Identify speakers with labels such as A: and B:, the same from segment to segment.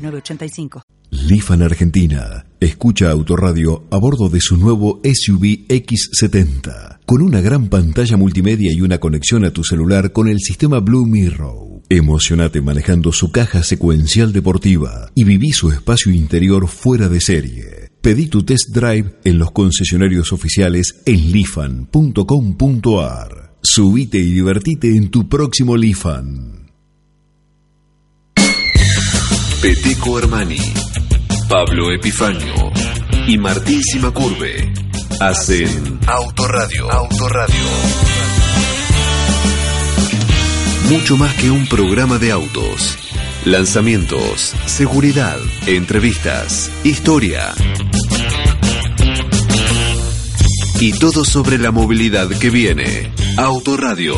A: 985.
B: Lifan Argentina. Escucha Autoradio a bordo de su nuevo SUV X70. Con una gran pantalla multimedia y una conexión a tu celular con el sistema Blue Mirror. Emocionate manejando su caja secuencial deportiva y viví su espacio interior fuera de serie. Pedí tu test drive en los concesionarios oficiales en lifan.com.ar. Subite y divertite en tu próximo Lifan.
C: Peteco Armani, Pablo Epifanio y Martín Simacurbe hacen Autoradio. Autoradio. Mucho más que un programa de autos. Lanzamientos, seguridad, entrevistas, historia. Y todo sobre la movilidad que viene. Autoradio.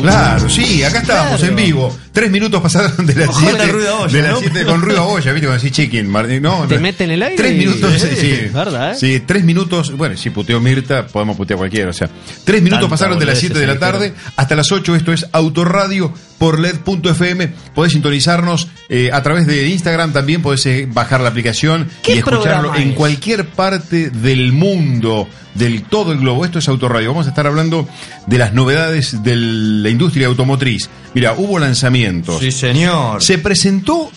D: Claro, sí, acá estamos en vivo. Tres minutos pasaron de las
E: Ojalá
D: 7
E: ruido a olla,
D: de las
E: ¿no?
D: siete con ruido a olla, viste, cuando decís chicken, Martín, no,
E: Te
D: no.
E: meten el aire
D: Tres
E: y-
D: minutos,
E: eh,
D: sí, sí.
E: ¿verdad, eh?
D: Sí, tres minutos, bueno, si puteó Mirta, podemos putear cualquiera, o sea, tres minutos
E: Tanta
D: pasaron de las
E: boludez,
D: 7 de la
E: sí,
D: tarde hasta las 8, esto es Autoradio por E led.fm, podés sintonizarnos eh, a través de Instagram también, podés eh, bajar la aplicación
E: ¿Qué
D: y escucharlo
E: programa
D: en
E: es?
D: cualquier parte del mundo, del todo el globo. Esto es Autoradio. Vamos a estar hablando de las novedades de la industria automotriz. Mira, hubo lanzamientos.
E: Sí, señor.
D: Se presentó,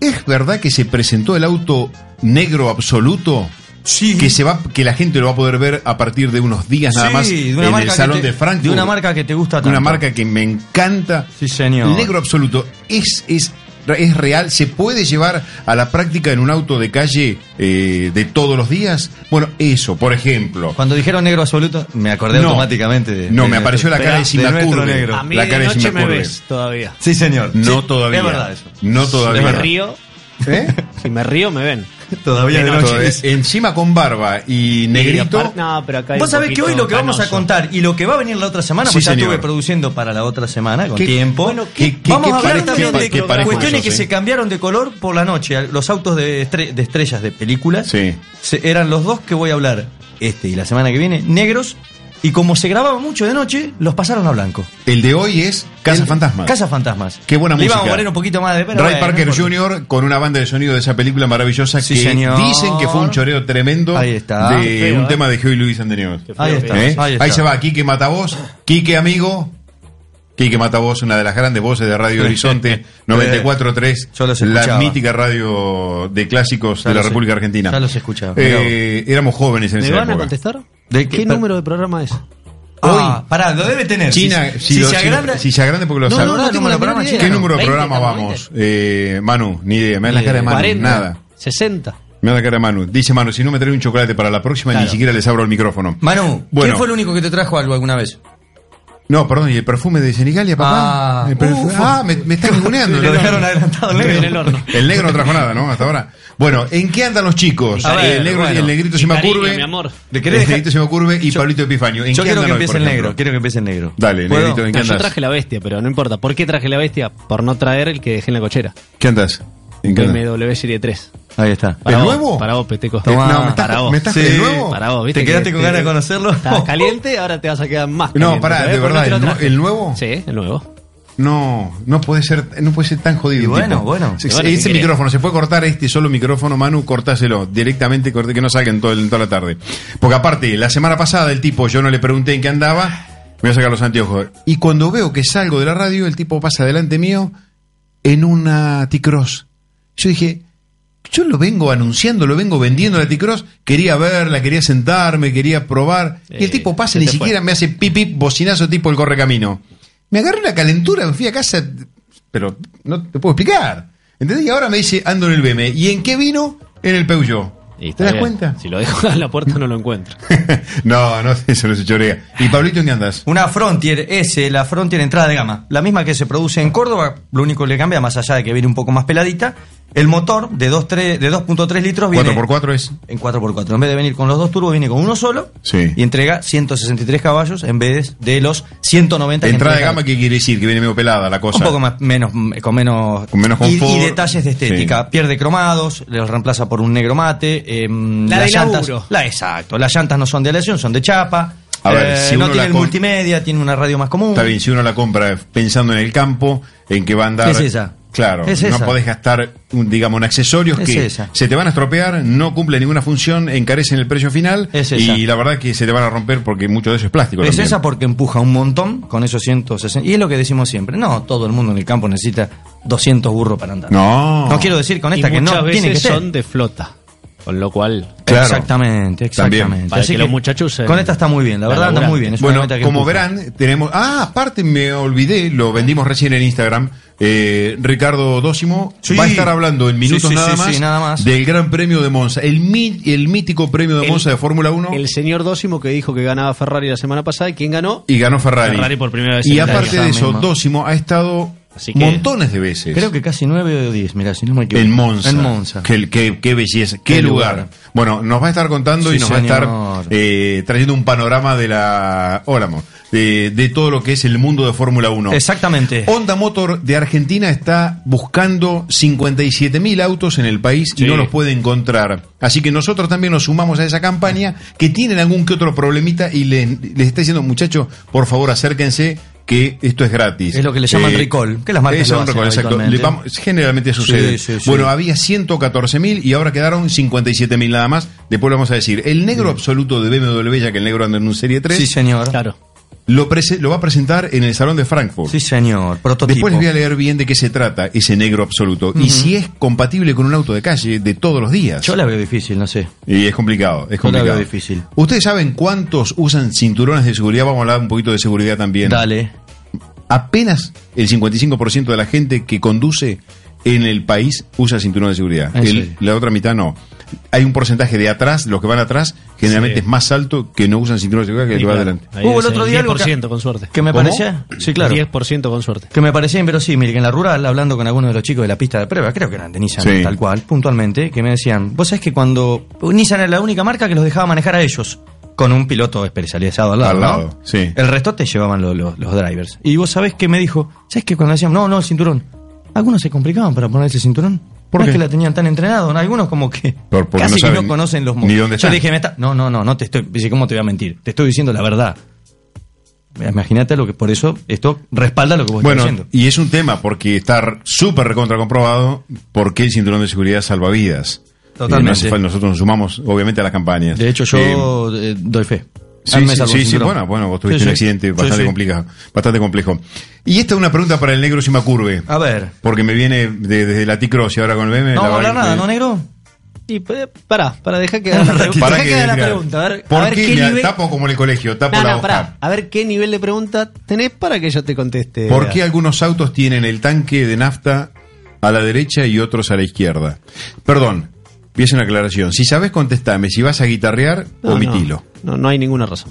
D: ¿es verdad que se presentó el auto negro absoluto?
E: Sí.
D: Que, se va, que la gente lo va a poder ver a partir de unos días nada
E: Sí,
D: más
E: de una
D: en el
E: marca que
D: Salón
E: te-
D: de Frankfurt.
E: de una marca que te gusta
D: De Una
E: tanto.
D: marca que me encanta.
E: Sí, señor.
D: Negro absoluto. Es, es, es real. ¿Se puede llevar a la práctica en un auto de calle eh, de todos los días? Bueno, eso, por ejemplo.
E: Cuando dijeron negro absoluto, me acordé
D: No.
E: automáticamente. de-
D: No,
E: de-
D: me apareció la
E: de-
D: cara de
E: de nuestro
D: Simacurbe.
E: negro.
F: A mí
D: La
F: de
D: cara de
F: noche me
D: Simacurbe.
F: ves todavía.
E: Sí, señor.
D: No
E: Sí,
D: todavía.
E: Es verdad eso.
D: No
F: Si
D: todavía.
F: me río,
D: ¿Eh?
F: si me río me ven.
E: Todavía de noche.
D: Todavía. Encima con barba y negrito.
F: aparte- no, pero acá hay
E: Vos
F: un
E: sabés que hoy lo que
F: poquito
E: vamos a
F: canoso.
E: contar y lo que va a venir la otra semana,
D: Sí,
E: pues ya
D: señor.
E: estuve produciendo para la otra semana con
D: ¿Qué-
E: tiempo.
D: bueno, qué- qué-
E: vamos
D: qué
E: a hablar
D: pare-
E: también
D: qué pa-
E: de
D: qué parejo
E: cuestiones
D: sos,
E: que
D: eh.
E: se cambiaron de color por la noche. Los autos de, estre- de estrellas de películas
D: Sí.
E: se- eran los dos que voy a hablar este y la semana que viene, negros. Y como se grababa mucho de noche, los pasaron a blanco.
D: El de hoy es Casa Fantasma.
E: Casa Fantasmas.
D: Qué buena
E: Le íbamos
D: música.
E: a poner un poquito más de pero
D: Ray
E: bueno,
D: Parker
E: no importa.
D: Jr. con una banda de sonido de esa película maravillosa
E: Sí,
D: que
E: señor.
D: dicen que fue un choreo tremendo
E: Ahí está.
D: de
F: Qué feo,
D: un
F: eh.
D: tema de Joey Luis and the News.
E: Ahí está,
D: ¿Eh?
E: ahí
D: Ahí,
E: está.
D: se va, Quique Matavoz, Quique Amigo, Quique Matavoz, una de las grandes voces de Radio Horizonte 943,
E: Eh, Yo los
D: la
E: escuchaba.
D: mítica radio de clásicos
E: Ya
D: de la
E: los-
D: República Argentina.
E: ya los escuchaba, mirá
D: Eh, éramos jóvenes en
F: ¿Me
D: esa
F: van a
D: época.
F: contestar?
E: ¿De
F: ¿Qué
E: qué-
F: número de programa es?
E: Ah, pará, lo debe tener.
D: China,
E: si,
D: si,
E: si
D: lo-
E: se
D: si-
E: agranda.
D: si se agranda porque lo
E: No,
D: sabe.
E: no, no tengo la programa,
D: ¿Qué
E: China.
D: número de
F: 20
D: programa
F: estamos,
D: vamos? Eh, Manu, ni idea. Me da la cara de Manu.
F: 40,
D: Nada.
F: 60.
D: Me da la cara de Manu. Dice Manu, si no me traes un chocolate para la próxima, ni
F: Claro.
D: siquiera les abro el micrófono.
E: Manu,
D: Bueno.
E: ¿quién fue el único que te trajo algo alguna vez?
D: No, perdón, ¿y el perfume de Senigalia, papá?
E: Ah.
D: El perfu-
E: Uf.
D: ah, me, me está ninguneando.
E: Lo dejaron adelantado el negro.
F: En el horno.
D: El negro no trajo nada, ¿no? Hasta ahora. Bueno, ¿en qué andan los chicos?
E: A ver,
D: Ah, el, negro,
E: bueno.
D: el negrito se me
F: Cariño,
D: curve.
F: mi amor.
E: ¿Le querés
D: El
E: dejar-
D: negrito se me curve y Pablito Epifanio. ¿En
E: Yo
D: qué
E: quiero
D: andan
E: que
D: hoy,
E: empiece
D: por
E: el
D: ejemplo?
E: negro, quiero que empiece el negro.
D: Dale,
E: ¿Puedo?
D: negrito, ¿en qué
F: No, yo
D: andas?
F: traje la bestia, pero no importa. ¿Por qué traje la bestia? Por no traer el que dejé en la cochera.
D: ¿Qué andas? ¿En qué andas?
F: BMW Serie 3.
E: Ahí está.
D: ¿El
F: Para vos,
D: nuevo?
F: Para vos, Peteco.
E: Tomá,
D: no, me estás-
F: para vos.
D: me estás-
E: Sí.
D: ¿el nuevo?
F: Para vos, ¿viste?
E: ¿Te quedaste
F: que-
E: con ganas de conocerlo?
F: Estabas caliente, ahora te vas a quedar más
D: No,
F: caliente,
D: pará,
F: ¿sabés?
D: de
F: Por no
D: verdad,
F: te lo
D: ¿el nu-
F: traje.
D: ¿el nuevo?
F: Sí, el nuevo.
D: No, no puede ser, no puede ser tan jodido.
E: Y
D: el
E: bueno,
D: tipo.
E: bueno.
D: Se-
F: Y bueno,
D: ese
F: ¿qué querés?
D: micrófono, se puede cortar este solo micrófono, Manu, cortáselo directamente, corté, que no salga en, todo el- en toda la tarde. Porque aparte, la semana pasada el tipo, yo no le pregunté en qué andaba, me voy a sacar los anteojos. Y cuando veo que salgo de la radio, el tipo pasa delante mío en una T-Cross. Yo dije, yo lo vengo anunciando, lo vengo vendiendo la T-Cross, quería verla, quería sentarme, quería probar. y el
F: Eh,
D: tipo pasa,
F: se
D: ni
F: te
D: siquiera me hace pipip, bocinazo tipo el correcamino. Me agarré una calentura, me fui a casa, pero no te puedo explicar. ¿Entendés? Y ahora me dice, ando en el BM. ¿Y en qué vino? En el Peugeot.
F: Y está
D: ¿Te das
F: bien.
D: cuenta?
F: Si lo dejo a la puerta no lo encuentro.
D: no, no, eso no se chorea. ¿Y Pablito en qué andas?
E: Una Frontier S, la Frontier entrada de gama, la misma que se produce en Córdoba, lo único que le cambia, más allá de que viene un poco más peladita, el motor de 2.3 de 2.3 litros viene
D: 4x4 es.
E: en 4x4. En vez de venir con los dos turbos, viene con uno solo
D: Sí.
E: y entrega 163 caballos en vez de los 190 que
D: Entrada de
E: entrega
D: gama, ¿qué quiere decir? Que viene medio pelada la cosa.
E: un poco más, menos, con menos,
D: Con menos
E: y- y,
D: confort.
E: detalles de estética. Pierde cromados, los reemplaza por un negro mate. em,
F: La
E: las
F: de
E: llantas,
F: laburo.
E: la exacto. Las llantas no son de aleación, son de chapa.
D: A ver,
E: eh,
D: si
E: no
D: uno
E: tiene
D: la
E: el
D: com-
E: multimedia, tiene una radio más común.
D: Está bien, si uno la compra pensando en el campo, en que va a andar.
E: Es esa.
D: Claro,
E: Es
D: no
E: esa.
D: podés gastar, un, digamos, en accesorios
E: Es
D: que
E: esa.
D: se te van a estropear, no cumplen ninguna función, encarecen el precio final
E: Es esa.
D: y la verdad que se te van a romper porque mucho de eso es plástico.
E: Es
D: también.
E: esa porque empuja un montón con esos 160. Y es lo que decimos siempre. No, todo el mundo en el campo necesita 200 burros para andar.
D: No.
E: No quiero decir con
F: y
E: esta que
F: muchas
E: no
F: veces
E: tiene que ser.
F: son de flota. Con lo cual,
D: Claro.
E: Exactamente,
D: También.
E: exactamente.
F: Para que los muchachos usen
E: con esta está muy bien, la
F: la
E: verdad anda
F: laburante.
E: muy bien. es una
D: Bueno,
E: herramienta que
D: como
E: empuja.
D: verán, tenemos. Ah, aparte me olvidé, lo vendimos recién en Instagram. eh, Ricardo Dósimo
E: Sí.
D: va a estar hablando en minutos
E: Sí, sí,
D: nada,
E: sí,
D: más
E: sí, nada más.
D: del Gran Premio de Monza, el, mi- el mítico Premio de
F: El-
D: Monza de Fórmula 1
F: el señor Dósimo que dijo que ganaba Ferrari la semana pasada, ¿y ¿quién ganó?
D: y ganó Ferrari.
F: Ferrari por primera vez
D: Y
F: en
D: aparte
E: la
D: de
E: vida.
D: eso, Dósimo ha estado
F: Así que-
D: montones de veces
E: Creo que casi 9 o 10, mirá, si no me equivoco.
D: en Monza.
E: En Monza.
D: Qué, qué- qué belleza, qué,
E: Qué
D: lugar.
E: lugar.
D: Bueno, nos va a estar contando
E: Sí,
D: y nos va a
E: señor.
D: estar eh, trayendo un panorama de la. Hola, amor. De, de todo lo que es el mundo de Fórmula 1.
E: Exactamente.
D: Honda Motor de Argentina está buscando 57.000 autos en el país y
F: Sí.
D: no los puede encontrar. Así que nosotros también nos sumamos a esa campaña que tienen algún que otro problemita y le- les, está diciendo, muchachos, por favor acérquense que esto es gratis.
E: Es lo que le llaman recall, que las marcas
D: es
E: lo
D: un
E: hacen
D: recall, exacto.
E: habitualmente.
D: Le vamos- generalmente sucede.
E: Sí, sí, sí.
D: Bueno, había 114.000 y ahora quedaron 57.000 nada más. Después lo vamos a decir. El negro absoluto de BMW, ya que el negro anda en un Serie 3,
E: Sí, señor.
F: Claro.
D: lo, prese- lo va a presentar en el Salón de Frankfurt.
E: Sí, señor. Prototipo.
D: Después les voy a leer bien de qué se trata ese negro absoluto y si es compatible con un auto de calle de todos los días.
E: Yo la veo difícil, no sé.
D: Y es complicado, es
E: Yo la veo
D: complicado.
E: difícil.
D: Ustedes saben cuántos usan cinturones de seguridad, vamos a hablar un poquito de seguridad también.
E: Dale.
D: Apenas el 55% de la gente que conduce en el país usa cinturón de seguridad.
E: ¿En
D: El-
E: serio?
D: la otra mitad no. Hay un porcentaje de atrás, los que van atrás, generalmente
F: Sí.
D: es más alto que no usan cinturón de seguridad que el
F: Y
D: que va
F: claro,
D: adelante.
F: ahí
E: Hubo el
F: es
E: otro día algo
F: 10% con suerte.
E: Que me
D: ¿Cómo?
E: parecía. Sí, claro.
F: 10% con suerte.
E: Que me parecía inverosímil que en la rural, hablando con algunos de los chicos de la pista de prueba, creo que eran de Nissan,
D: Sí.
E: tal cual, puntualmente, que me decían, vos sabés que cuando. Nissan era la única marca que los dejaba manejar a ellos, con un piloto especializado al lado.
D: Al lado,
E: ¿no?
D: sí.
E: El resto te llevaban lo- lo- los drivers. Y vos sabés que me dijo, ¿sabés que cuando decían, no, no, el cinturón? Algunos se complicaban para ponerse el cinturón.
D: ¿Por
E: No es
D: qué?
E: que la tenían tan entrenado, ¿no? algunos como que
D: Por- porque
E: casi
D: no
E: que
D: saben
E: no conocen los
D: ni
E: modos.
D: dónde
E: Yo
D: están.
E: le dije, me está- no, no, no, no te estoy, dice, ¿cómo te voy a mentir? Te estoy diciendo la verdad. Imagínate lo que por eso esto respalda lo que vos
D: Bueno,
E: estás diciendo.
D: y es un tema porque está r- súper recontra comprobado por qué el cinturón de seguridad salva vidas.
E: Totalmente.
D: Eh, no hace falta, nosotros nos sumamos, obviamente, a las campañas.
E: De hecho,
D: Eh,
E: yo eh, doy fe. A
D: Sí,
E: mí
D: sí,
E: me salvó
D: sí,
E: el
D: sí,
E: cinturón.
D: bueno, bueno, vos tuviste
E: Sí,
D: un
E: sí.
D: accidente
E: Sí,
D: bastante,
E: sí.
D: complicado, bastante complejo. Y esta es una pregunta para el negro Simacurve,
E: A ver.
D: porque me viene de- desde la T-Cross y ahora con el meme. Eh,
E: Ah. No
D: la
E: vamos a
D: verdad
E: hablar nada,
D: que-
E: ¿no, negro?
F: Y eh, pará, pará, deja que haga la, pre-
D: Pará
F: dejá que haga la
D: mira,
F: pregunta. A ver,
D: ¿Por
F: a ver
D: qué?
F: qué
D: Mira,
F: nivel...
D: Tapo como en el colegio, tapo
F: No,
D: la
F: no,
D: boca.
F: pará. A ver qué nivel de pregunta tenés para que yo te conteste.
D: ¿Por qué algunos autos tienen el tanque de nafta a la derecha y otros a la izquierda? Perdón, piensa una aclaración. Si sabes, contestame. Si vas a guitarrear,
F: No,
D: omitilo.
F: No, no, no hay ninguna razón.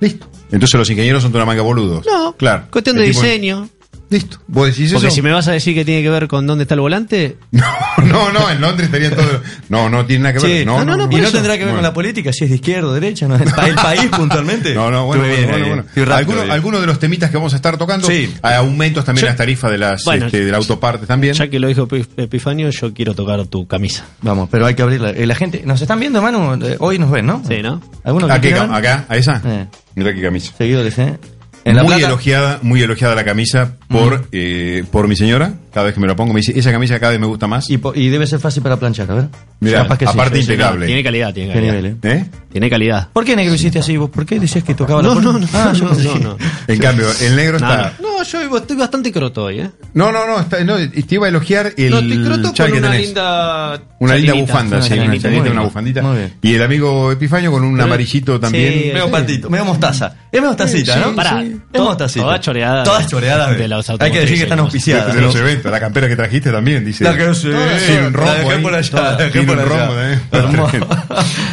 D: Listo. Entonces los ingenieros son una manga boludos.
F: No,
D: claro.
F: Cuestión
D: El
F: de
D: tipo-
F: diseño.
D: Listo. ¿Vos decís
F: Porque
D: eso?
F: si me vas a decir que tiene que ver con dónde está el volante,
D: No, no, en Londres estarían todos. No, no tiene nada que ver.
E: Sí.
D: No, no, no.
E: y
D: por
E: no
D: eso.
E: tendrá que ver
D: Bueno.
E: con la política, si es de izquierda o derecha, ¿no? El, pa- el país puntualmente.
D: No, no, bueno, bueno,
E: Estuve bien
D: bueno,
E: ahí.
D: bueno.
E: Estoy rápido,
D: Algunos,
E: bien.
D: algunos de los temitas que vamos a estar tocando,
E: Sí.
D: hay aumentos también
F: Yo-
D: las tarifas de las
F: Bueno,
D: este, de la autoparte también.
F: ya que lo dijo Epif- Epifanio, yo quiero tocar tu camisa.
E: Vamos, pero hay que abrirla. Eh, la gente, ¿nos están viendo, Manu? Eh, hoy nos ven, ¿no?
F: Sí, ¿no?
E: ¿Algunos
D: ¿A
E: que
D: qué
E: quieran?
D: cam- Ah, acá, a esa.
E: Eh.
D: Mira qué camisa.
E: Seguidores, ¿eh? En la
D: muy
E: plata.
D: elogiada, muy elogiada la camisa por, eh, por mi señora. Cada vez que me la pongo me dice, esa camisa cada vez me gusta más.
E: Y, po- y debe ser fácil para planchar, a ver.
D: Mirá,
E: Capaz que sí.
D: aparte
E: Sí, sí.
D: impecable.
F: Tiene calidad, tiene
E: Qué
F: calidad.
E: nivel, ¿eh?
D: ¿Eh?
F: Tiene calidad.
E: ¿Por qué negro hiciste así vos? ¿Por qué decías que tocaba
F: No,
E: la
F: no,
E: puerta?
F: no,
E: Ah, yo
F: no,
E: pensé
F: no,
E: que-
F: no.
D: En cambio, el negro
F: No, no.
D: está...
F: No, yo estoy bastante croto hoy, ¿eh?
D: No, no, no, está- no, te iba a elogiar el
F: no, estoy croto
D: chal
F: con
D: que
F: una
D: tenés.
F: linda.
D: Una linda
F: chalinita.
D: bufanda, sí, una
E: chalinita,
D: chalinita,
E: muy
D: una
E: bien.
D: bufandita.
E: Muy bien.
D: Y el amigo Epifanio con un
F: Pero-
D: amarillito también.
F: Sí,
E: Medio
F: sí.
E: patito, medio mostaza. Es medio mostacita,
D: Sí,
E: ¿no?
D: sí,
F: Pará,
E: es
F: to-
E: mostacita.
F: toda choreada de-
E: Todas choreadas.
F: de las
E: Hay que decir
F: automotrices,
E: que están
F: ¿no?
E: auspiciadas.
D: De los eventos, Perfecto, la campera que trajiste también, dice.
E: La que- sí,
D: Tiene un
E: la
D: rombo.
E: dejé
D: ahí.
E: por allá,
D: Toda.
E: la dejé
D: Tiene
E: por
D: un
E: allá.
D: rombo, ¿eh?
E: Hermoso.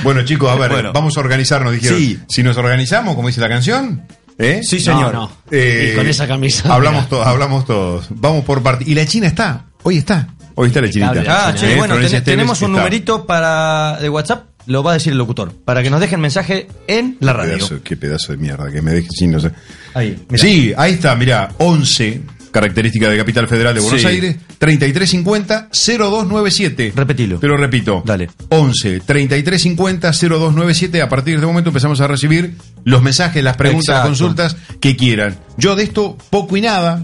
D: Bueno, chicos, a ver,
E: Bueno.
D: vamos a organizarnos, dijeron.
E: Sí.
D: Si nos organizamos, como dice la canción. ¿eh?
E: Sí, señor.
F: No, no.
D: Eh,
F: y con esa camisa.
D: Hablamos
F: mira.
D: todos, hablamos todos. Vamos por parte. Y la China está, hoy está. Hoy está la chinita.
F: Impecable.
E: Ah, che,
D: Eh,
E: bueno,
D: Florencia
E: ten-
D: Esteves
E: tenemos un
D: está.
E: numerito para de WhatsApp, lo va a decir el locutor, para que nos dejen mensaje en la
D: Qué
E: radio.
D: pedazo, qué pedazo de mierda que me deje sin no sé.
E: Ahí, mirá.
D: Sí, ahí está, mirá, 11 característica de Capital Federal de Buenos
E: Sí.
D: Aires, 3350 0297.
E: Repetilo.
D: Te lo repito.
E: Dale.
D: 11 3350 0297. A partir de este momento empezamos a recibir los mensajes, las preguntas, las
E: Exacto.
D: consultas que quieran. Yo de esto poco y nada,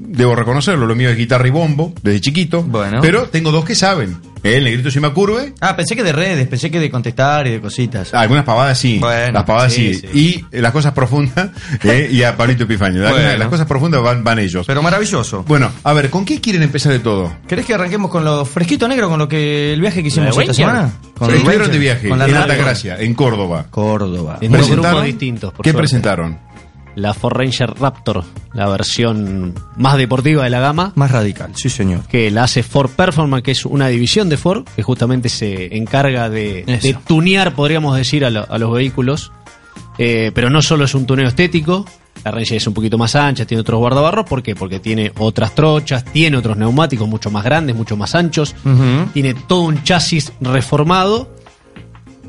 D: debo reconocerlo, lo mío es guitarra y bombo desde chiquito,
E: Bueno.
D: pero tengo dos que saben. Eh, El negrito se me curve
E: Ah, pensé que de redes, pensé que de contestar y de cositas.
D: algunas pavadas sí.
E: Bueno,
D: las pavadas sí.
E: sí,
D: Y eh, las cosas profundas, eh, y a Pablito Epifanio. Algunas de
E: Bueno.
D: Las cosas profundas van, van ellos.
E: Pero maravilloso.
D: bueno, a ver, ¿con qué quieren empezar de todo?
E: ¿Querés que arranquemos con lo fresquito negro, con lo que el viaje que hicimos
F: ¿La de
E: esta
F: Ranger?
E: semana? Con
D: Sí,
E: los
D: estuvieron
E: Rangers,
D: de viaje
E: con la
D: en
E: radio.
D: Altagracia, en Córdoba.
E: Córdoba.
F: En dos grupos distintos, por
D: ¿Qué
F: suerte.
D: presentaron?
F: La Ford Ranger Raptor, la versión más deportiva de la gama,
E: Más radical, sí señor.
F: que la hace Ford Performance, que es una división de Ford, que justamente se encarga de,
E: Eso.
F: de tunear, podríamos decir, a, lo- a los vehículos. Eh, pero no solo es un tuneo estético, la Ranger es un poquito más ancha, tiene otros guardabarros, ¿por qué? Porque tiene otras trochas, tiene otros neumáticos mucho más grandes, mucho más anchos,
E: Ujú.
F: tiene todo un chasis reformado,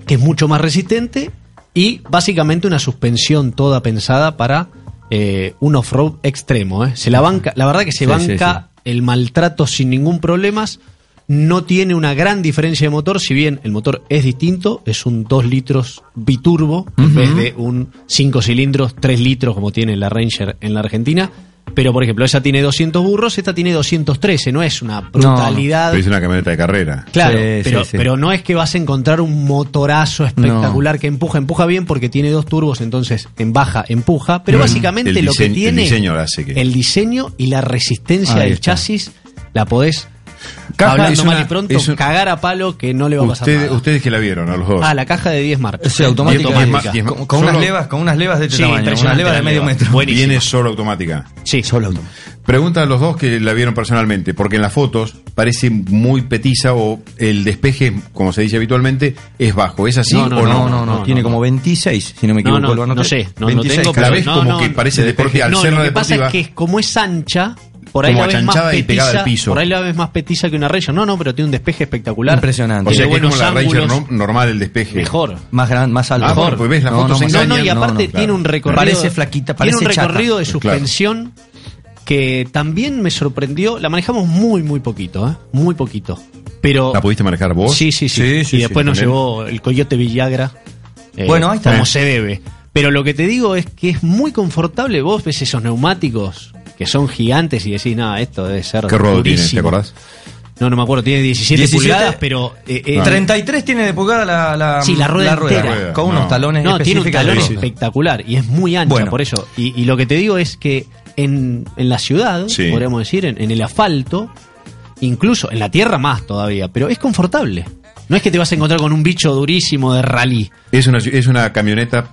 F: que es mucho más resistente, y básicamente una suspensión toda pensada para eh, un off-road extremo. ¿eh? Se la banca, la verdad que
E: Sí,
F: se
E: sí, sí.
F: banca el maltrato sin ningún problema. No tiene una gran diferencia de motor, si bien el motor es distinto, es un 2 litros biturbo en vez de un 5 cilindros, 3 litros como tiene la Ranger en la Argentina. Pero, por ejemplo, esa tiene 200 burros, esta tiene 213, no es una brutalidad.
D: Es una camioneta de carrera.
F: Claro,
E: Sí, sí,
F: pero,
E: sí.
F: pero no es que vas a encontrar un motorazo espectacular que empuja, empuja bien porque tiene dos turbos, entonces en baja empuja, pero
E: Mm.
D: Ujú.
F: básicamente
D: El
F: lo que
D: diseño- el
F: tiene
D: diseño la hace que-
F: el diseño y la resistencia
E: Ahí
F: del
E: está.
F: chasis la podés,
D: Caja es
F: hablando mal
D: una-
F: y pronto,
D: es un-
F: cagar a palo que no le va a pasar
D: Ustedes,
F: nada.
D: ustedes que la vieron, a los dos.
F: Ah, la caja de 10 marcas.
E: Sí, automática.
F: Diez marcas.
D: Diez- diez-
E: Con, con unas
D: solo-
E: levas, con unas levas de este
F: Sí,
E: tamaño, unas
F: impresionante
E: levas de
F: la
E: medio
F: leva.
E: metro.
F: Buenísima.
D: Viene solo automática.
F: Sí, solo
D: Pregunta a los dos que la vieron personalmente, porque en las fotos parece muy petiza o el despeje, como se dice habitualmente, es bajo. ¿Es así
F: No, no,
D: o
E: No, no, no,
F: no,
E: tiene
F: no.
E: como 26, si no me equivoco.
F: No, no,
E: ¿lo anoté?
F: no sé, no, no tengo,
D: La
F: pero
D: ves
F: no,
D: como
F: no,
D: que parece
E: de
D: deportiva, al
F: no,
D: ser
F: lo
D: una
F: que pasa
D: deportiva.
F: es que es- como es ancha, por ahí
D: Como
F: la ves más
D: achanchada y pegada
F: petiza,
D: al piso.
F: por ahí la ves más petiza que una Ranger. No, no, pero tiene un despeje espectacular.
E: Impresionante.
D: o sea,
F: Tiene
D: que es como
F: buenos
D: la Ranger
F: ángulos.
D: no- normal el despeje.
F: Mejor.
E: Más gran, más alto.
D: Ah, bueno, pues ves, las fotos
E: más
F: No,
D: engañan.
F: no, y
D: No, no,
F: aparte
D: claro.
F: tiene un recorrido.
E: Parece flaquita, parece
F: Tiene un
E: chata.
F: recorrido de
D: Pues claro.
F: suspensión que también me sorprendió. La manejamos muy, muy poquito, ¿eh? Muy poquito. Pero.
D: ¿La pudiste manejar vos?
F: Sí, sí, sí.
E: Sí, sí,
F: y después
E: sí, también.
F: nos llevó el Coyote Villagra. eh,
E: Bueno, ahí está.
F: Como se debe. Pero lo que te digo es que es muy confortable. Vos ves esos neumáticos que son gigantes y decís, nada, esto debe ser.
D: ¿Qué rodo tiene? ¿Te
F: durísimo".
D: acordás?
F: No, no me acuerdo. Tiene 17,
E: 17,
F: pulgadas, pero. eh, eh,
E: 33 tiene de pulgada la, la,
F: Sí, la rueda entera.
E: Con
D: No.
E: unos talones
F: No, tiene un
E: específicos.
F: talón
E: Sí, sí.
F: espectacular y es muy ancha
E: Bueno.
F: por eso. Y, y lo que te digo es que en, en la ciudad,
D: Sí.
F: podríamos decir, en, en el asfalto, incluso en la tierra más todavía, pero es confortable. No es que te vas a encontrar con un bicho durísimo de rally.
D: Es una, es una camioneta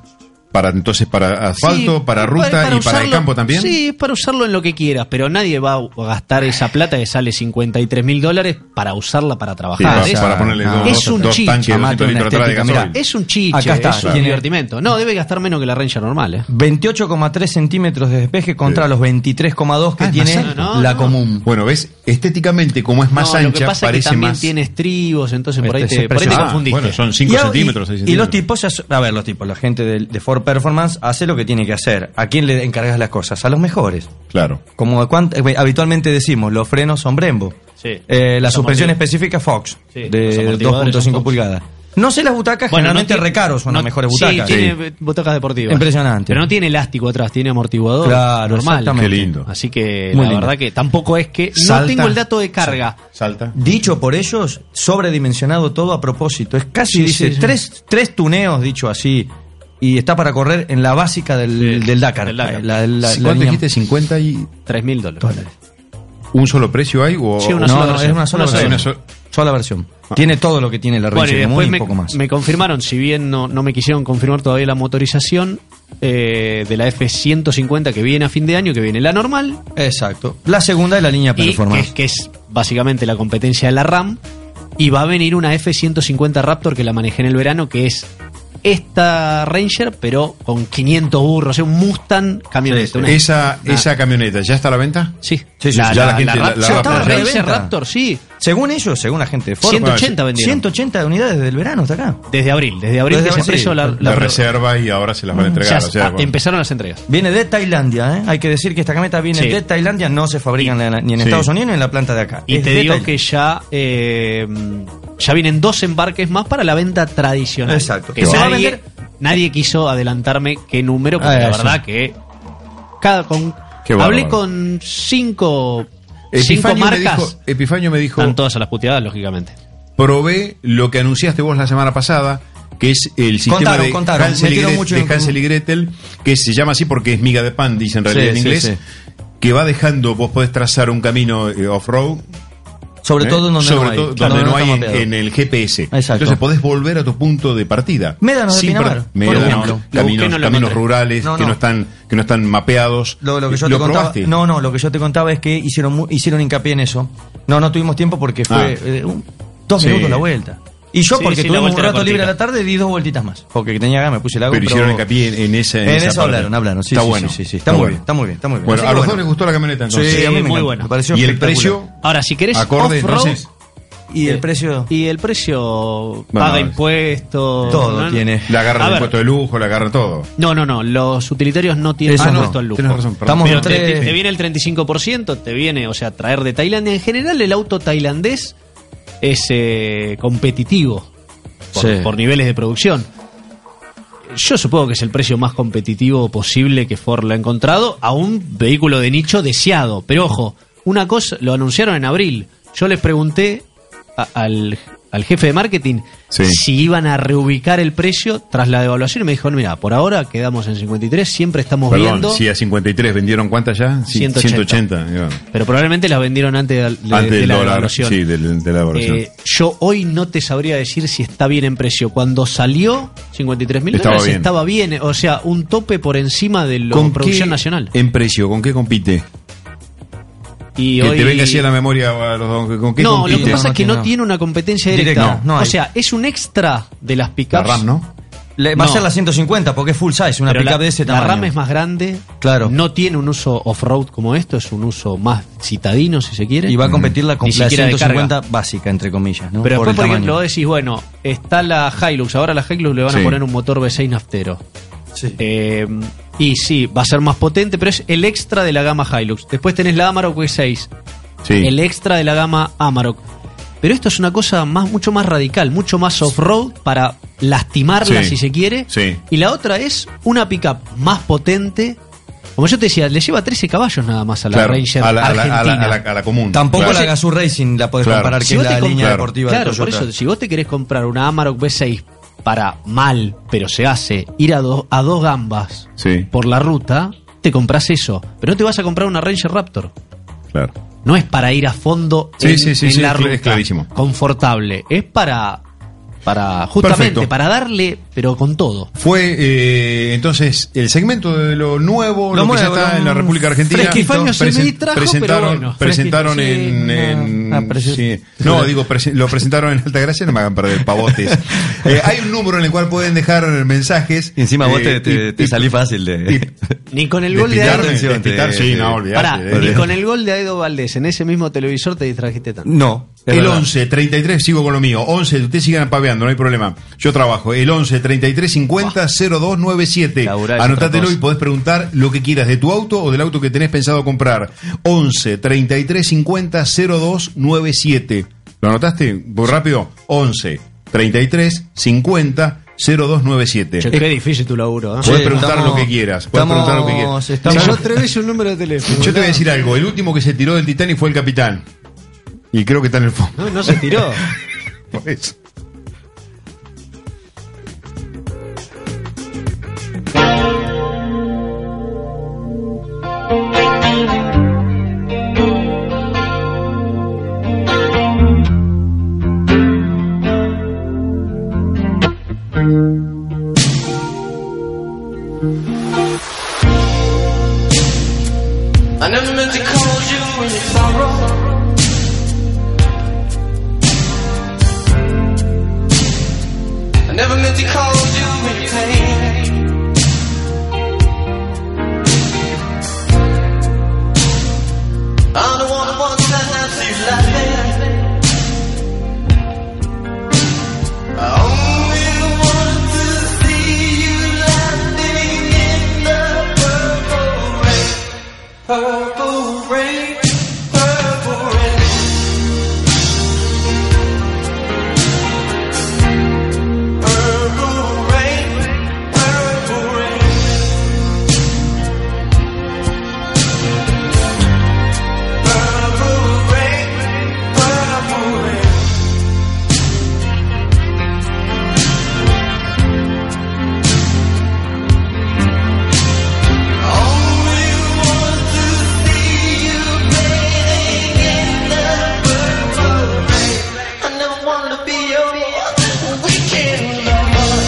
D: para entonces para asfalto,
F: Sí,
D: para ruta y para el
F: usarlo-
D: campo también.
F: Sí, es para usarlo en lo que quieras, pero nadie va a gastar esa plata que sale 53 mil dólares para usarla para
D: Sí,
F: trabajar.
D: para,
F: es,
D: para ponerle
E: Ah,
D: dos,
F: es
D: dos-
F: un
D: dos
F: chicha,
D: tanques, 200
E: mate, una
D: litros atrás de
E: estética, mirá,
D: gasoil.
F: es un chiche,
E: Acá está,
F: es un
E: tiene-
F: divertimento. No, debe gastar menos que la Ranger normal. ¿eh?
E: 28,3 centímetros de despeje contra
D: Sí.
E: los 23,2 que
D: Ah, es más
E: tiene
F: alto. No,
E: la
F: no.
E: común.
D: Bueno, ves, estéticamente como es más
F: No,
D: ancha,
F: lo que pasa es que
D: parece
F: también
D: más
F: tiene estribos, entonces por ahí
E: Este,
F: te,
E: es
F: por ahí te
E: impresionante.
D: Ah,
F: confundiste.
D: bueno, son 5
E: a-
D: centímetros, seis
E: y los
D: centímetros.
E: tipos, se aso- a ver, los tipos, la gente de, de Ford Performance hace lo que tiene que hacer. ¿A quién le encargas las cosas? A los mejores.
D: Claro.
E: Como de cuant- eh, habitualmente decimos, los frenos son Brembo.
F: Sí.
E: Eh, la
F: Los
E: suspensión
F: amortiguadores.
E: específica Fox,
F: Sí, los
E: de
F: amortiguadores son
E: 2.5
F: Fox.
E: pulgadas. No sé las butacas, Ah, generalmente
F: tiene-
E: recaros son
F: no-
E: las mejores
F: sí,
E: butacas.
F: tiene butacas deportivas.
E: Impresionante.
F: Pero no tiene elástico atrás, tiene amortiguador.
E: Claro,
F: normal.
E: exactamente.
D: Qué lindo.
F: Así que
E: Muy
F: la
E: lindo.
F: verdad que tampoco es que.
D: Salta.
F: No tengo el dato de carga.
D: Salta.
E: Dicho por ellos, sobredimensionado todo a propósito. Es casi,
F: Sí,
E: dice,
F: sí, sí.
E: Tres, tres tuneos, dicho así. Y está para correr en la básica del, del Dakar. Eh,
F: del Dakar.
E: La- la- la
D: ¿Cuánto
E: línea-
D: dijiste? 50 y
F: 3 mil dólares.
D: un solo precio hay o
F: Sí, una
E: no,
F: sola
E: no, es
F: versión.
E: una sola
F: Una
E: versión.
D: sola.
E: Sola versión.
D: Ah.
E: Tiene todo lo que tiene la
F: Bueno, y
E: Ranger Común
F: después
E: y
F: me,
E: poco más.
F: me confirmaron, si bien no, no me quisieron confirmar todavía la motorización, eh, de la F-150 que viene a fin de año, que viene la normal,
E: Exacto. La segunda es la línea
F: y que,
E: performance.
F: es- que es básicamente la competencia de la RAM. Y va a venir una F-150 Raptor que la manejé en el verano, que es esta Ranger, pero con 500 burros, o sea, un Mustang camioneta.
E: Sí, sí.
F: una-
D: Esa,
F: una-
D: esa camioneta, ¿ya está a la venta?
F: Sí,
E: Sí, sí,
F: la,
D: sí, ya
F: la-
D: la gente-
F: la Raptor,
D: la- la
F: estaba
D: Raptor ya
F: Razer
E: venta.
F: Raptor, sí.
E: Según ellos, según la gente de Ford,
F: 180 vendieron.
E: 180 unidades desde el verano hasta acá.
F: Desde abril, desde abril
E: Desde
F: que se
E: abril, sí.
F: empezó la,
D: La,
F: la-
D: reserva y ahora se las van a entregar.
F: Ya
D: o sea,
F: ah,
D: bueno.
F: Empezaron las entregas.
E: Viene de Tailandia, ¿eh? Hay que decir que esta camioneta viene
F: Sí.
E: de Tailandia, no se fabrica en la- ni en
D: Sí.
E: Estados Unidos ni en la planta de acá.
F: Y
E: Es
F: te
E: de
F: digo
E: Tailandia.
F: que ya, eh, ya vienen dos embarques más para la venta tradicional.
E: Exacto.
F: Que
E: Que se va a
F: nadie,
E: vender-
F: nadie quiso adelantarme qué número, porque
E: Ah,
F: la
E: eso.
F: verdad que cada con
D: Qué bárbaro.
F: hablé con cinco, cinco
D: Epifanio, me
F: marcas.
D: dijo, Epifanio me dijo,
F: Están todas a las puteadas, lógicamente.
D: probé lo que anunciaste vos la semana pasada, que es el sistema
E: Contaron,
D: de,
E: contaron,
D: Hansel y
E: metieron
D: Gret-
E: mucho
D: de
E: en-
D: Hansel y Gretel, que se llama así porque es miga de pan, dice en realidad
E: Sí,
D: en
E: sí,
D: inglés,
E: sí.
D: que va dejando, vos podés trazar un camino eh, off-road,
E: Sobre
D: ¿eh?
E: todo donde
D: Sobre
E: no hay.
D: todo donde
E: donde
D: no
E: está
D: hay en,
E: mapeado.
D: en el GPS.
E: Exacto.
D: Entonces podés volver a tu punto de partida.
E: Médanos de
D: Sin per-
E: Pinamar, por
D: Médanos,
E: ejemplo.
F: Lo busqué,
D: caminos,
F: no lo
D: caminos
F: encontré.
D: rurales
E: No,
D: que
E: no.
D: no están que no están mapeados.
E: Lo, lo que yo te contaba,
D: probaste?
E: no, no, lo que yo te contaba es que hicieron mu- hicieron hincapié en eso. No, no tuvimos tiempo porque fue
D: Ah.
E: eh, un- dos
D: Sí.
E: minutos la vuelta. Y yo
F: Sí,
E: porque
F: sí, la
E: tuve un
F: vuelta era
E: rato libre a
F: cortita.
E: la tarde di dos vueltitas más, porque tenía ganas, me puse la
D: pero hicieron hincapié en, en esa
E: en,
D: esa
E: eso
D: parte.
E: hablaron, hablaron. Sí,
D: está
E: sí,
D: bueno.
E: sí, sí, sí. Está, muy bien, está muy bien, está muy bien.
D: Bueno,
E: Así
D: a
E: que
D: los
E: bueno.
D: dos les gustó la camioneta entonces.
E: Sí, a mí me
F: muy
E: encanta,
F: buena.
E: me pareció
D: y el
E: espectacular.
D: precio
F: Ahora, si querés,
D: acorde,
F: off-road
D: entonces.
E: y el precio
F: Eh, y el precio
D: a
F: paga
D: ver.
F: impuestos.
E: Todo
F: ¿no?
E: tiene.
D: La agarra
F: A
D: el
F: ver.
D: impuesto de lujo, la agarra todo.
F: No, no, no. Los utilitarios no tienen
E: Eso
F: ah,
E: no,
F: impuesto al lujo.
D: Tienes razón, perdón.
E: Estamos
F: Pero
E: en
F: te,
E: tres.
F: te- te viene el 35%, te viene, o sea, traer de Tailandia. En general, el auto tailandés es eh, competitivo por,
E: Sí.
F: por niveles de producción. Yo supongo que es el precio más competitivo posible que Ford le ha encontrado a un vehículo de nicho deseado. Pero ojo, una cosa, lo anunciaron en abril. Yo les pregunté a- al, al jefe de marketing
D: Sí.
F: si iban a reubicar el precio tras la devaluación y me dijo, mira, por ahora quedamos en 53, siempre estamos
D: Perdón,
F: viendo...
D: si a 53 vendieron cuántas ya? Sí,
F: 180.
D: 180, ya.
F: Pero probablemente las vendieron antes de, de-
D: Antes
F: de
D: del
F: la
D: dólar.
F: devaluación.
D: Sí, del- de la evaluación.
F: Eh, yo hoy no te sabría decir si está bien en precio. Cuando salió 53 mil
D: Estaba
F: dólares
D: bien.
F: estaba bien, o sea, un tope por encima de la
D: ¿Con
F: producción
D: qué eh,
F: nacional.
D: En precio, ¿con qué compite?
F: Y
D: que
F: hoy
D: te venga así a la memoria a los dos, ¿Con qué
F: no, lo
D: compite?
F: que pasa es que
E: No,
F: no,
E: no.
F: tiene una competencia directa.
E: Directa, no, no
F: o
E: hay.
F: sea, es un extra de las
D: La
F: pickups.
D: RAM, ¿no?
E: Le- va
F: No.
E: a ser la 150 porque es full size, una
F: Pero
E: pickup
F: la,
E: de ese
F: la
E: tamaño.
F: RAM es más grande.
E: Claro.
F: No tiene un uso off-road como esto, es un uso más citadino, si se quiere.
E: y va a competir la,
F: Ni
E: con la
F: siquiera de
E: 150 básica entre comillas, ¿no?
F: Pero
E: Por el
F: después, por
E: tamaño.
F: ejemplo, vos decís, bueno, está la Hilux, ahora a la Hilux le van
D: Sí.
F: a poner un motor V6 naftero.
E: Sí.
F: Eh, y sí, va a ser más potente, pero es el extra de la gama Hilux. Después tenés la Amarok V6,
D: Sí.
F: el extra de la gama Amarok. Pero esto es una cosa más, mucho más radical, mucho más off-road para lastimarla
D: Sí.
F: si se quiere.
D: Sí.
F: Y la otra es una pickup más potente. Como yo te decía, le lleva 13 caballos nada más a la
D: Claro,
F: Ranger
D: a, la, a la-
F: argentina.
D: a la- a la- a la común.
E: Tampoco
D: Mm. Claro.
E: la Gazoo Racing la podés
D: Claro.
E: comparar que
D: Si
E: es
F: vos
E: la
F: te
E: línea
F: comp-
D: Claro.
E: deportiva
F: Claro,
E: de
F: por
E: Toyota.
F: eso, si vos te querés comprar una Amarok V6 para mal, pero se hace, ir a, dos a dos gambas
D: Sí,
F: por la ruta, te compras eso. Pero no te vas a comprar una Ranger Raptor.
D: claro.
F: No es para ir a fondo
D: Sí,
F: en,
D: sí, sí,
F: en
D: sí,
F: la
D: es cl-
F: ruta.
D: es clarísimo.
F: Confortable. Es para, para justamente,
D: Perfecto.
F: para darle, pero con todo.
D: Fue eh, entonces el segmento de lo nuevo, lo,
E: Lo
D: que ya
E: nuevo,
D: está
E: lo-
D: en la República Argentina.
F: Fresquifaño se me
D: Presen-
F: distrajo, pero
D: presentaron,
F: bueno.
D: presentaron
E: Fresquito,
D: en,
E: sí,
D: en-
E: no. Ah, presen-
D: sí. no digo presen- lo presentaron en Altagracia, no me hagan perder pavotes. Eh, hay un número en el cual pueden dejar mensajes.
E: Y encima vos
D: Eh,
E: te, te,
D: y-
E: te
D: y-
E: salís fácil
D: y-
E: de.
F: Ni con el
D: de
F: gol de
D: pitarme,
F: Aedo.
E: Aedo-
D: de pitar, sí, no, olvidate,
F: Pará,
D: eh.
F: ni con el gol de Aedo Valdés en ese mismo televisor te distrajiste tanto.
E: No. es
D: El
E: verdad.
D: 11 33, sigo con lo mío. 11, ustedes sigan paveando, no hay problema. Yo trabajo. El 11 33 50 0297.
E: Laburá es otra
D: Anótatelo
E: cosa.
D: y podés preguntar lo que quieras de tu auto o del auto que tenés pensado comprar. 11 33 50 0297. ¿Lo anotaste? Muy rápido. 11 33 50 0297.
F: Che, qué difícil tu laburo. ¿eh?
D: Podés
E: Sí,
D: preguntar
E: estamos-
D: lo que quieras. Podés
E: estamos-
D: preguntar lo que quieras.
E: estamos-
D: Yo-
F: Llamó tres veces un número de teléfono.
D: Yo te voy a decir algo. El último que se tiró del Titanic fue el capitán. Y creo que está en el fondo.
F: No, no se tiró. Pues,
D: Por eso.
G: when it's sorrow. I never meant to call you any pain. I'm the one who wants to have you laughing. I only want to see you laughing in the purple rain. Purple rain, purple rain. Purple rain, purple rain. Purple rain, purple rain. Only want to see you bathing in the purple rain. I never wanna be your weekend lover.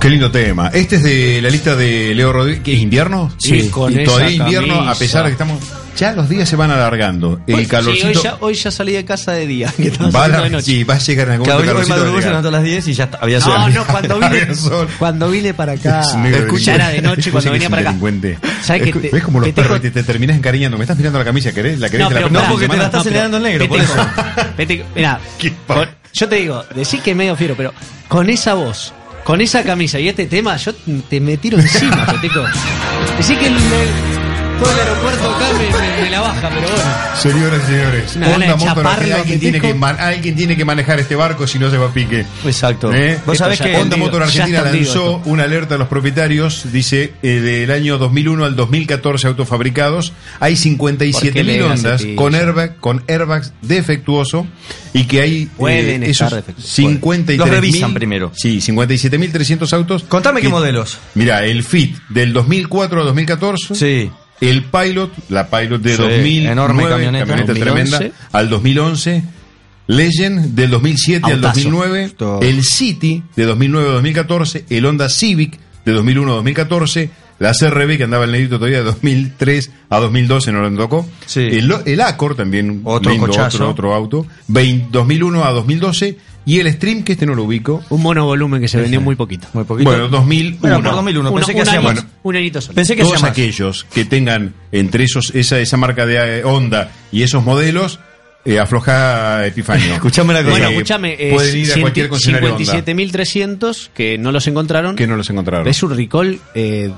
D: Qué lindo tema. Este es de la lista de Leo Rodríguez. ¿Qué es invierno?
F: Sí,
D: Y
F: con
D: todavía
F: esa
D: invierno,
F: camisa.
D: a pesar de que estamos. Ya los días se van alargando. El
F: Hoy- sí,
D: calorcito.
F: hoy, ya, hoy ya salí de casa de día. Que
D: va,
F: estaba
D: a
F: saliendo de
D: la-
F: noche.
D: sí, va a llegar en algún
E: Claro,
D: momento.
E: hoy
D: el
E: hoy
D: calorcito
E: madrugó,
D: de
E: se
D: llegar.
E: levantó a las 10 y ya está, había sol.
F: No, no, cuando vine,
D: Había sol.
F: cuando vine para acá.
D: Es negro
F: Ya era de
D: delincuente.
F: noche cuando
D: Ese que
F: venía
D: es
F: para
D: un
F: acá.
D: delincuente.
F: ¿Sabes que
D: Es-
F: te-
D: ¿Ves como los
F: te tengo-
D: perros te, te terminas encariñando? Me estás mirando la camisa, ¿querés? ¿La querés?
F: No,
D: ¿Te la
F: pero
D: prendo
F: pará,
D: la
E: porque te
D: semana?
E: la estás
F: pero
E: heredando el negro, por
F: Peteco,
E: eso.
F: Peteco, mirá,
D: Qué pa-
F: con- yo te digo, decís que es medio fiero, pero con esa voz, con esa camisa y este tema, yo te me tiro encima, Peteco. Decís que el, el- todo el aeropuerto acá me, me- me la baja, pero bueno.
D: Señoras y señores,
F: Una gana
D: Onda
F: de
D: Motor,
F: chaparlo,
D: alguien, tiene que
F: Peteco.
D: man- alguien tiene que manejar este barco si no se va a pique.
E: Exacto.
D: ¿Eh?
E: Vos
F: Esto
E: sabés
F: ya
E: que.
F: está
D: Honda
F: Entendido.
D: Motor
F: Ya
D: Argentina
F: está entendido
D: lanzó una alerta a los propietarios, dice, eh, del año 2001 al 2014 autofabricados, hay
F: ¿Por qué
D: 57.000
F: le das a
D: Hondas
F: ti?
D: con, airbag, con airbags defectuoso y que hay eh,
E: Pueden estar
D: esos
E: defectuosos.
D: 53.000
E: Los revisan primero.
D: Sí, 57.300 autos.
E: Contame qué
D: que-
E: modelos.
D: Mira, el Fit del 2004 a 2014.
E: Sí.
D: El Pilot, la Pilot de
E: Sí,
D: 2009,
E: enorme camioneta.
D: camioneta
F: 2011.
D: tremenda, al 2011. Legend del 2007 al
E: Autazo.
D: 2009,
E: Todo.
D: el City de 2009 a 2014, el Honda Civic de 2001 a 2014, la CRB que andaba en negrito todavía de 2003 a 2012 no lo tocó,
E: Sí.
D: el, el Accord también
E: Otro
D: lindo,
E: cochazo.
D: otro, otro auto, 20 2001 a 2012 y el Stream que este no lo ubico,
F: Un monovolumen que se vendió muy poquito.
E: Muy poquito.
D: bueno 2001.
E: Bueno, por 2001.
F: Una-
E: pensé que
F: un,
E: hacía
F: año-
E: más.
F: un añito solo.
E: Pensé que
D: todos
E: hacía más.
D: aquellos que tengan entre esos esa, esa marca de eh, Honda y esos modelos eh, afloja Epifanio.
E: Escuchame una cosa.
F: Bueno,
D: Eh,
F: escúchame, eh,
D: pueden ir a cualquier concesionario Honda
F: 57.300 que no los encontraron.
D: que no los encontraron.
F: Es un recall, eh,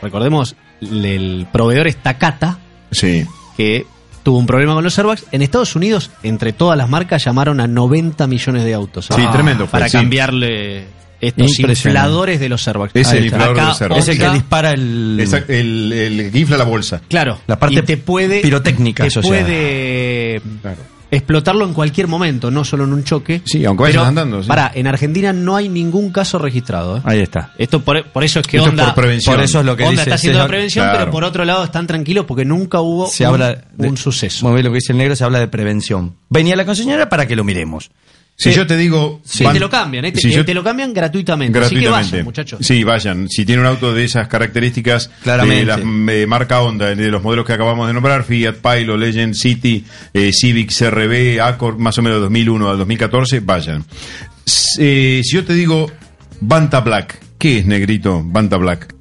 F: recordemos, le- el proveedor es Takata,
D: Sí.
F: que tuvo un problema con los airbags. En Estados Unidos, entre todas las marcas, llamaron a 90 millones de autos.
D: Sí, tremendo fue,
F: Para
D: sí.
F: cambiarle estos
E: Impresionante.
F: infladores de los airbags.
D: Es
F: Ahí
D: el
F: está.
D: inflador de
F: Acá
D: los airbags.
E: Es el que
F: Honda-
E: dispara el.
D: Esa- el, el que infla la bolsa.
F: Claro,
E: La parte
F: y te puede,
E: pirotécnica
F: te
E: asociada.
F: puede
D: Claro.
F: explotarlo en cualquier momento, no solo en un choque.
D: Sí, aunque vayas andando, sí.
F: Pará, en Argentina no hay ningún caso registrado. ¿eh?
E: Ahí está.
F: Esto por, por eso es que
D: Esto es
F: Honda,
D: por prevención.
E: Por eso es lo que
F: Honda
E: dice.
F: está haciendo
E: se-
F: la prevención,
D: Claro.
F: pero por otro lado están tranquilos porque nunca hubo
E: Se
F: un,
E: habla de-
F: un suceso.
E: Vos ves lo que dice el negro, se habla de prevención. Venía la concesionaria para que lo miremos.
D: Si
E: Eh,
D: yo te digo.
F: Sí,
D: van-
F: te lo cambian, ¿eh? Te-
D: si
F: eh,
D: yo-
F: te lo cambian gratuitamente.
D: gratuitamente.
F: Así que vayan, muchachos.
D: Sí, vayan. Si tiene un auto de esas características,
E: Claramente.
D: de la eh, marca Honda, de los modelos que acabamos de nombrar, Fiat, Pilo, Legend, City, eh, Civic, CRB, Accord, más o menos 2001 al 2014, vayan. S- eh, si yo te digo Banta Black, ¿qué es negrito Banta Black?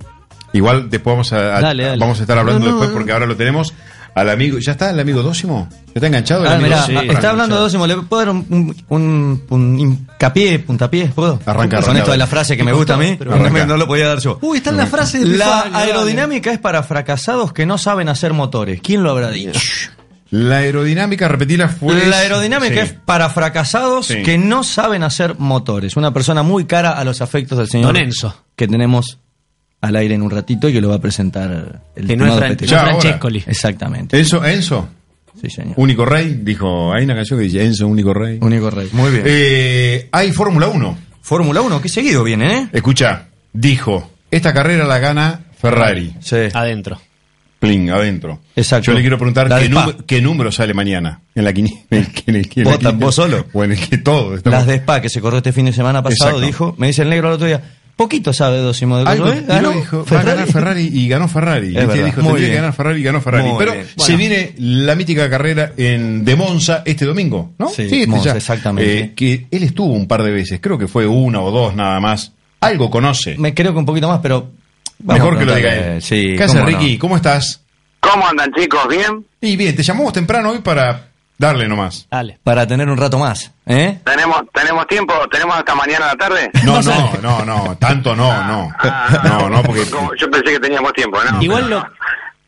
D: Igual después vamos a, a-
F: Dale, dale.
D: vamos a estar hablando
F: No, no,
D: después
F: no.
D: porque ahora lo tenemos al amigo. ¿Ya está el amigo Dócimo? ¿Ya está enganchado? el
E: Ah,
D: amigo
E: mirá,
D: Dócimo?
E: ah, está hablando de dos ¿Le puedo dar un, un, un- un hincapié, puntapié? ¿Puedo?
D: Arranca,
E: Con
D: arranca.
E: esto de la frase que me gusta a mí,
D: Pero
E: no, me-
D: arranca.
E: no lo podía dar yo.
F: Uy, está en la frase de
E: La
F: Fabio, dale.
E: aerodinámica es para fracasados que no saben hacer motores. ¿Quién lo habrá dicho?
D: La aerodinámica, repetila, fue.
E: la aerodinámica
D: Sí.
E: es para fracasados
D: Sí.
E: que no saben hacer motores. Una persona muy cara a los afectos del señor
F: Don Enzo.
E: que tenemos al aire en un ratito y que lo va a presentar el
F: Que no es
E: estimado
F: Fran-
E: Peteco.
F: no
D: Ya,
F: es
D: ahora.
F: Francescoli.
E: Exactamente.
D: Enzo, Enzo,
E: Sí, señor.
D: único rey, dijo, hay una canción que dice Enzo, único rey.
E: Único rey. Muy bien.
D: Eh, hay Fórmula 1.
E: Fórmula 1, que seguido viene, ¿eh?
D: Escucha, dijo, esta carrera la gana Ferrari.
E: Sí.
F: Adentro.
D: Plin, adentro.
E: Exacto.
D: Yo le quiero preguntar
E: La
D: qué,
E: de Spa.
D: número- qué número sale mañana en la quiniela. en el- en la
E: ¿Vos tan-
D: quiniela.
E: vos solo?
D: Bueno, es que todo. estamos-
E: Las de Spa que se corrió este fin de semana pasado
D: Exacto.
E: dijo, me dice el negro el otro día, Poquito sabe Dosimo de
D: Algo
E: Cosmo, ¿eh?
D: tiró
E: Ganó
D: y dijo, va a
E: Ferrari.
D: ganar Ferrari y ganó Ferrari.
E: Es
D: Viste,
E: verdad.
D: dijo,
E: Muy
D: tendría que
E: bien.
D: ganar Ferrari y ganó Ferrari.
E: Muy
D: Pero
E: bien.
D: se
E: Bueno.
D: viene la mítica carrera en, de Monza este domingo, ¿no?
E: Sí,
D: este
E: Monza, exactamente.
D: Eh, que él estuvo un par de veces, creo que fue una o dos nada más. Algo conoce.
E: Me creo que un poquito más, pero. vamos
D: Mejor
E: a
D: que lo diga
E: preguntarle.
D: él.
E: Sí,
D: ¿Qué haces,
E: cómo no.
D: Ricky? ¿Cómo estás?
H: ¿Cómo andan chicos? ¿Bien?
D: Y bien, te llamamos temprano hoy para darle nomás.
F: Dale.
E: Para tener un rato más, ¿eh?
H: ¿Tenemos, tenemos tiempo? ¿Tenemos hasta mañana a la tarde?
D: No, no, no, no, tanto no, no.
H: Ah,
D: No, no, porque
H: como- Yo pensé que teníamos tiempo, ¿no?
F: Igual lo-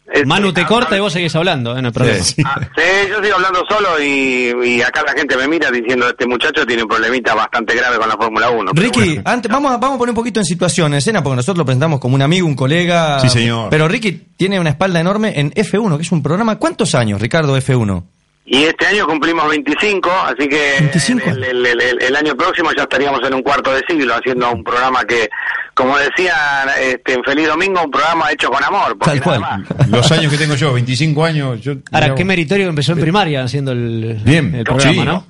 H: Este,
F: Manu te
H: ah,
F: corta
H: ah,
F: y vos seguís hablando, ¿eh? no hay problema.
H: ah, sí, yo sigo hablando solo y, y acá la gente me mira diciendo este muchacho tiene un problemita bastante grave con la Fórmula 1. pero
E: Ricky,
H: bueno.
E: antes, vamos, a, vamos a poner un poquito en situación, en escena, porque nosotros lo presentamos como un amigo, un colega.
D: Sí, señor.
E: Pero Ricky tiene una espalda enorme en F1, que es un programa. ¿Cuántos años, Ricardo, F1?
H: Y este año cumplimos 25, así que
E: 25.
H: El, el- el- el- el año próximo ya estaríamos en un cuarto de siglo haciendo un programa que, como decían este, en Feliz Domingo, un programa hecho con amor. porque
E: Tal cual.
H: nada más.
D: los años que tengo yo, 25 años, yo...
F: Ahora,
D: mirá
F: qué
D: vos.
F: meritorio que empezó en primaria haciendo el,
D: Bien,
F: el programa,
D: sí.
F: ¿no?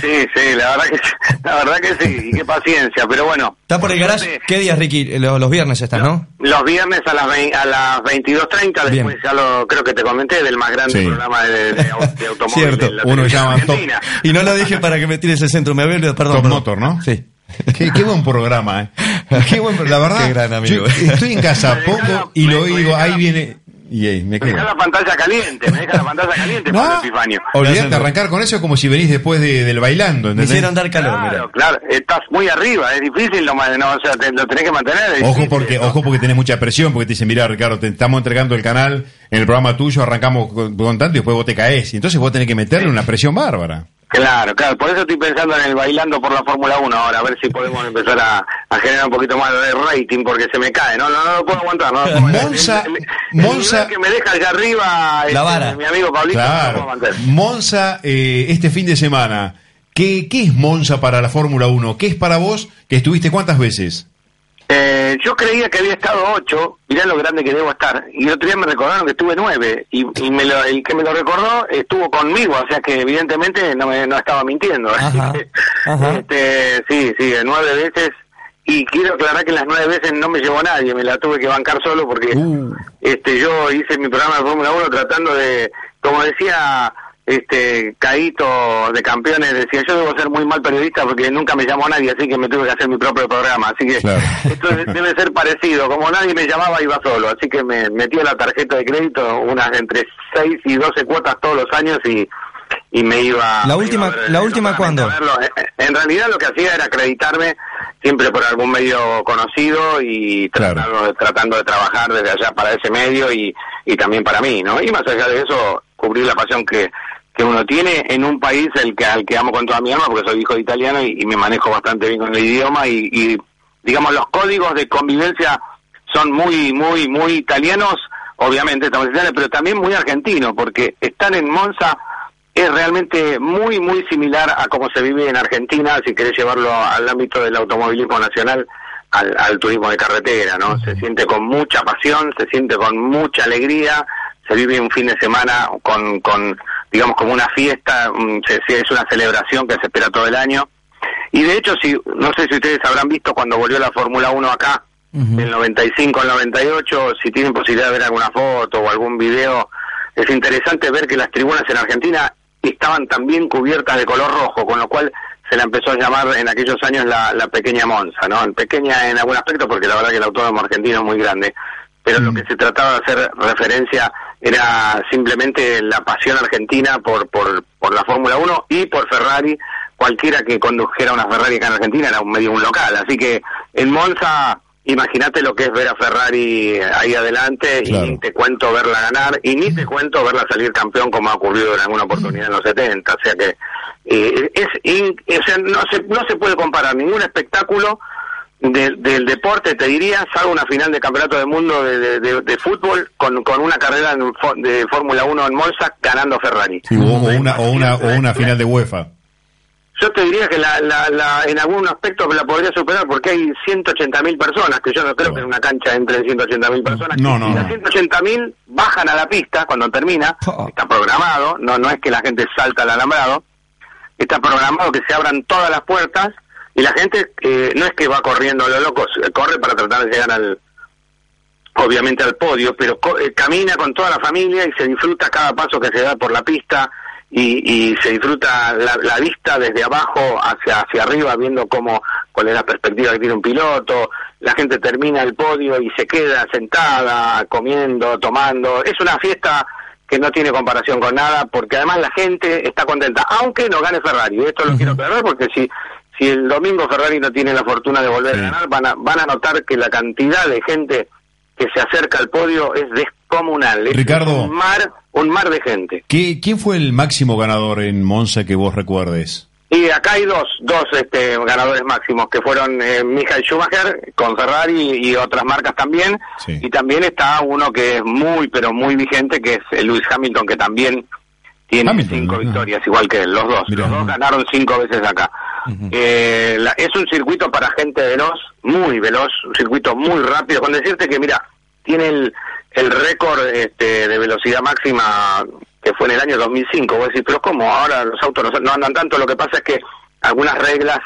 H: Sí, sí, la verdad que, la verdad que sí, y qué paciencia, pero bueno.
E: ¿Está por el garage?
H: Suerte.
E: ¿Qué días, Ricky? Eh, lo- Los, viernes estás, ¿no?
H: Los viernes a las, vein- a las 22.30,
E: Bien.
H: después ya lo creo que te comenté, del más grande
D: Sí.
H: programa de, de, au- de automóvil
E: Cierto,
H: de la
D: uno
H: televisión
D: llama Top-
H: argentina.
E: Y no lo dije para que me tires el centro, me veo, perdón.
D: Top
E: perdón.
D: Motor, ¿no?
E: Sí.
D: Qué, qué buen programa, ¿eh? Qué buen, la verdad.
E: Qué gran
D: yo
E: amigo.
D: estoy en casa
H: Me dejá
D: poco
H: la-
D: y
H: me-
D: lo
H: me
D: oigo,
H: dejá
D: ahí
H: la-
D: viene. Y ahí, me
H: Me
D: quedo.
H: deja la pantalla caliente, me deja la pantalla caliente, Pablo
D: No,
H: Epifanio.
D: olvidate de arrancar con eso como si venís después de- del bailando,
E: Me
D: ¿entendés?
E: hicieron dar calor,
H: Claro,
E: mirá.
H: claro, estás muy arriba, es difícil, lo, ma- no, o sea, te- lo tenés que mantener. es
D: Ojo
H: difícil,
D: porque,
H: ¿no?
D: ojo porque tenés mucha presión, porque te dicen, mira Ricardo, te estamos entregando el canal, en el programa tuyo arrancamos con, con tanto y después vos te caes. Y entonces vos tenés que meterle una presión bárbara.
H: Claro, claro, por eso estoy pensando en el bailando por la Fórmula 1 ahora, a ver si podemos empezar a, a generar un poquito más de rating porque se me cae, no, no, no lo puedo aguantar. No, lo puedo aguantar.
D: Monza-
H: El- el- el
D: Monza-
H: nivel que me deja allá arriba, este,
E: vara.
H: mi amigo Pablito, no lo
D: Claro.
H: puedo aguantar.
D: Monza, eh, este fin de semana, ¿qué, ¿qué es Monza para la Fórmula 1? ¿Qué es para vos que estuviste cuántas veces?
H: Eh, yo creía que había estado ocho, mirá lo grande que debo estar, y el otro día me recordaron que estuve nueve, y, y me lo- el que me lo recordó estuvo conmigo, o sea que evidentemente no, me, no estaba mintiendo.
E: Ajá, ajá.
H: Este, sí, sí, nueve veces, y quiero aclarar que las nueve veces no me llevó nadie, me la tuve que bancar solo porque este yo hice mi programa de Fórmula 1 tratando de, como decía este Caíto de Campeones, decía yo debo ser muy mal periodista porque nunca me llamó nadie, así que me tuve que hacer mi propio programa, así que
D: Claro.
H: esto de- debe ser parecido, como nadie me llamaba iba solo, así que me metí a la tarjeta de crédito unas entre 6 y 12 cuotas todos los años y y me iba
E: La
H: me
E: última-
H: iba a ver-
E: la
H: no
E: última,
H: solamente a
E: ¿cuándo?
H: verlo, eh, en realidad lo que hacía era acreditarme siempre por algún medio conocido y
D: Claro.
H: tratar tratando- tratando de trabajar desde allá para ese medio y, y también para mí, ¿no? Y más allá de eso, cubrir la pasión que, que uno tiene en un país el que, al que amo con toda mi alma, porque soy hijo de italiano y, y me manejo bastante bien con el idioma y, y, digamos, los códigos de convivencia son muy, muy, muy italianos, obviamente, estamos italianos, pero también muy argentinos, porque están en Monza es realmente muy, muy similar a cómo se vive en Argentina, si querés llevarlo al ámbito del automovilismo nacional, al, al turismo de carretera, ¿no? Se siente con mucha pasión, se siente con mucha alegría, se vive un fin de semana con, con digamos, como una fiesta, mm, se- se- es una celebración que se espera todo el año. Y de hecho, si, no sé si ustedes habrán visto cuando volvió la Fórmula 1 acá, del 95 al 98, si tienen posibilidad de ver alguna foto o algún video, es interesante ver que las tribunas en Argentina estaban también cubiertas de color rojo, con lo cual se la empezó a llamar en aquellos años la, la pequeña Monza, ¿no? Pequeña en algún aspecto, porque la verdad que el autódromo argentino es muy grande, pero lo que se trataba de hacer referencia era simplemente la pasión argentina por, por, por la Fórmula 1 y por Ferrari. Cualquiera que condujera una Ferrari acá en Argentina era un medio un local. Así que en Monza, imagínate lo que es ver a Ferrari ahí adelante
D: Claro.
H: y ni te cuento verla ganar y ni te cuento verla salir campeón como ha ocurrido en alguna oportunidad en los 70. O sea que eh, es, in- o sea, no, se, no se puede comparar ningún espectáculo de- del deporte, te diría, salvo una final de campeonato del mundo de, de- de- de fútbol con, con una carrera en fo- de Fórmula 1 en Monza ganando Ferrari.
D: O, o una, o, una, o una final de UEFA.
H: Yo te diría que la, la, la- en algún aspecto la podría superar porque hay 180.000 personas, que yo no creo que en una cancha entren 180.000 personas.
D: No, no,
H: y las
D: no.
H: 180.000 bajan a la pista cuando termina,
E: Oh.
H: está programado, no, no es que la gente salta al alambrado, está programado que se abran todas las puertas Y la gente eh, no es que va corriendo a lo loco, eh, corre para tratar de llegar al, obviamente al podio, pero co- eh, camina con toda la familia y se disfruta cada paso que se da por la pista y, y se disfruta la, la vista desde abajo hacia hacia arriba viendo cómo cuál es la perspectiva que tiene un piloto. La gente termina el podio y se queda sentada comiendo, tomando. Es una fiesta que no tiene comparación con nada porque además la gente está contenta, aunente no gane Ferrari. Esto lo quiero aclarar porque si si el domingo Ferrari no tiene la fortuna de volver a ganar, van a, van a notar que la cantidad de gente que se acerca al podio es descomunal. Es
D: Ricardo.
H: un mar, un mar de gente.
D: ¿Qué- ¿Quién fue el máximo ganador en Monza que vos recuerdes?
H: Y acá hay dos, dos este, ganadores máximos, que fueron eh, Michael Schumacher con Ferrari y otras marcas también.
D: Sí.
H: Y también está uno que es muy, pero muy vigente, que es eh, Lewis Hamilton, que también tiene
D: Hamilton,
H: cinco
D: ah.
H: victorias, igual que él, los dos.
D: Mirá.
H: los dos ganaron cinco veces acá. Eh, la- es un circuito para gente veloz, muy veloz, un circuito muy rápido. Con decirte que, mira, tiene el, el récord este, de velocidad máxima que fue en el año 2005. Vos decís, pero ¿cómo? Ahora los autos no, no andan tanto. Lo que pasa es que algunas reglas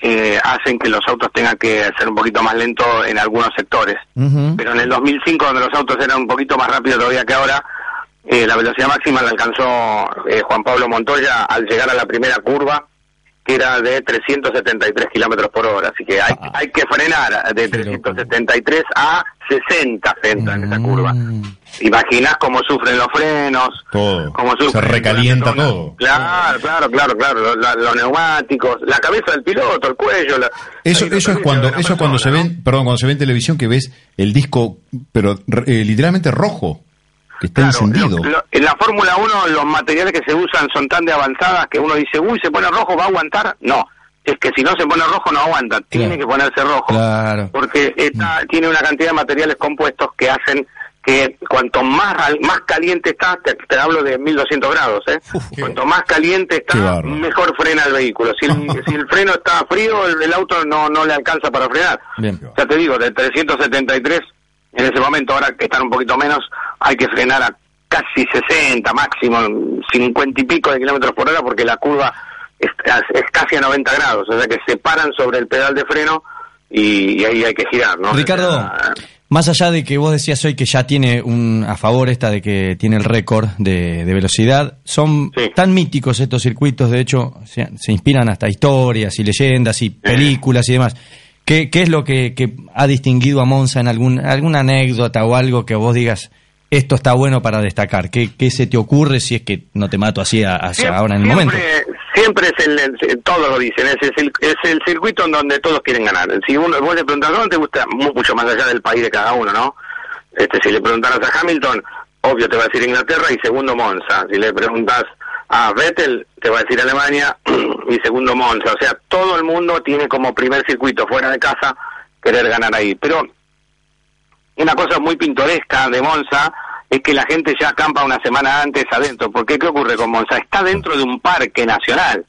H: eh, hacen que los autos tengan que ser un poquito más lentos en algunos sectores. Pero en el 2005, donde los autos eran un poquito más rápidos todavía que ahora, eh, la velocidad máxima la alcanzó eh, Juan Pablo Montoya al llegar a la primera curva, que era de 373 kilómetros por hora. Así que hay,
D: Ah.
H: hay que frenar de 373 a 60 se entra en esa curva. Imaginás cómo sufren los frenos,
D: Mm. Todo.
H: cómo
D: Se
H: sufren
D: recalienta
H: las personas.
D: todo.
H: Claro, claro, claro, claro. Lo- la- Los, neumáticos, la cabeza del piloto, el cuello. la-
D: Eso,
H: la
D: eso es cuando,
H: de la
D: eso es cuando se
H: persona, ¿no?
D: ven, perdón, cuando se ve en televisión que ves el disco, pero eh, literalmente rojo, que está
H: Claro,
D: encendido.
H: lo- lo- en la Fórmula 1 los materiales que se usan son tan de avanzadas que uno dice, uy, se pone rojo, ¿va a aguantar? No, es que si no se pone rojo no aguanta, tiene que ponerse rojo.
E: Claro.
H: Porque está-
D: Mm.
H: tiene una cantidad de materiales compuestos que hacen que cuanto más al- más caliente está, te, te hablo de 1200 grados, ¿eh? cuanto más caliente
D: Qué
H: está,
D: bárbaro.
H: mejor frena el vehículo. Si el, si el freno está frío, el, el auto no, no le alcanza para frenar.
E: Bien.
H: Ya te digo, de 373 en ese momento, ahora que están un poquito menos, hay que frenar a casi 60, máximo 50 y pico de kilómetros por hora, porque la curva es, es casi a 90 grados, o sea que se paran sobre el pedal de freno y, y ahí hay que girar, ¿no? Ah. O
E: Ricardo,
H: sea,
E: más allá de que vos decías hoy que ya tiene un a favor esta de que tiene el récord de, de velocidad, son
H: Sí.
E: tan míticos estos circuitos, de hecho se, se inspiran hasta historias y leyendas y películas y demás. ¿Qué, qué es lo que, que ha distinguido a Monza en algún, alguna anécdota o algo que vos digas, esto está bueno para destacar? ¿Qué, qué se te ocurre si es que no te mato así a- hacia
H: Siem-
E: ahora en el
H: siempre-
E: momento?
H: Siempre es el, el- todos lo dicen, es, el- es el circuito en donde todos quieren ganar. Si uno, vos le preguntás, ¿dónde te gusta? Mu- Mucho más allá del país de cada uno, ¿no? Este, si le preguntaras a Hamilton, obvio te va a decir Inglaterra y segundo Monza. Si le preguntas a Vettel, te va a decir Alemania y segundo Monza. O sea, todo el mundo tiene como primer circuito fuera de casa querer ganar ahí. Pero una cosa muy pintoresca de Monza es que la gente ya acampa una semana antes adentro. ¿Por qué? ¿Qué ocurre con Monza? Está dentro de un parque nacional.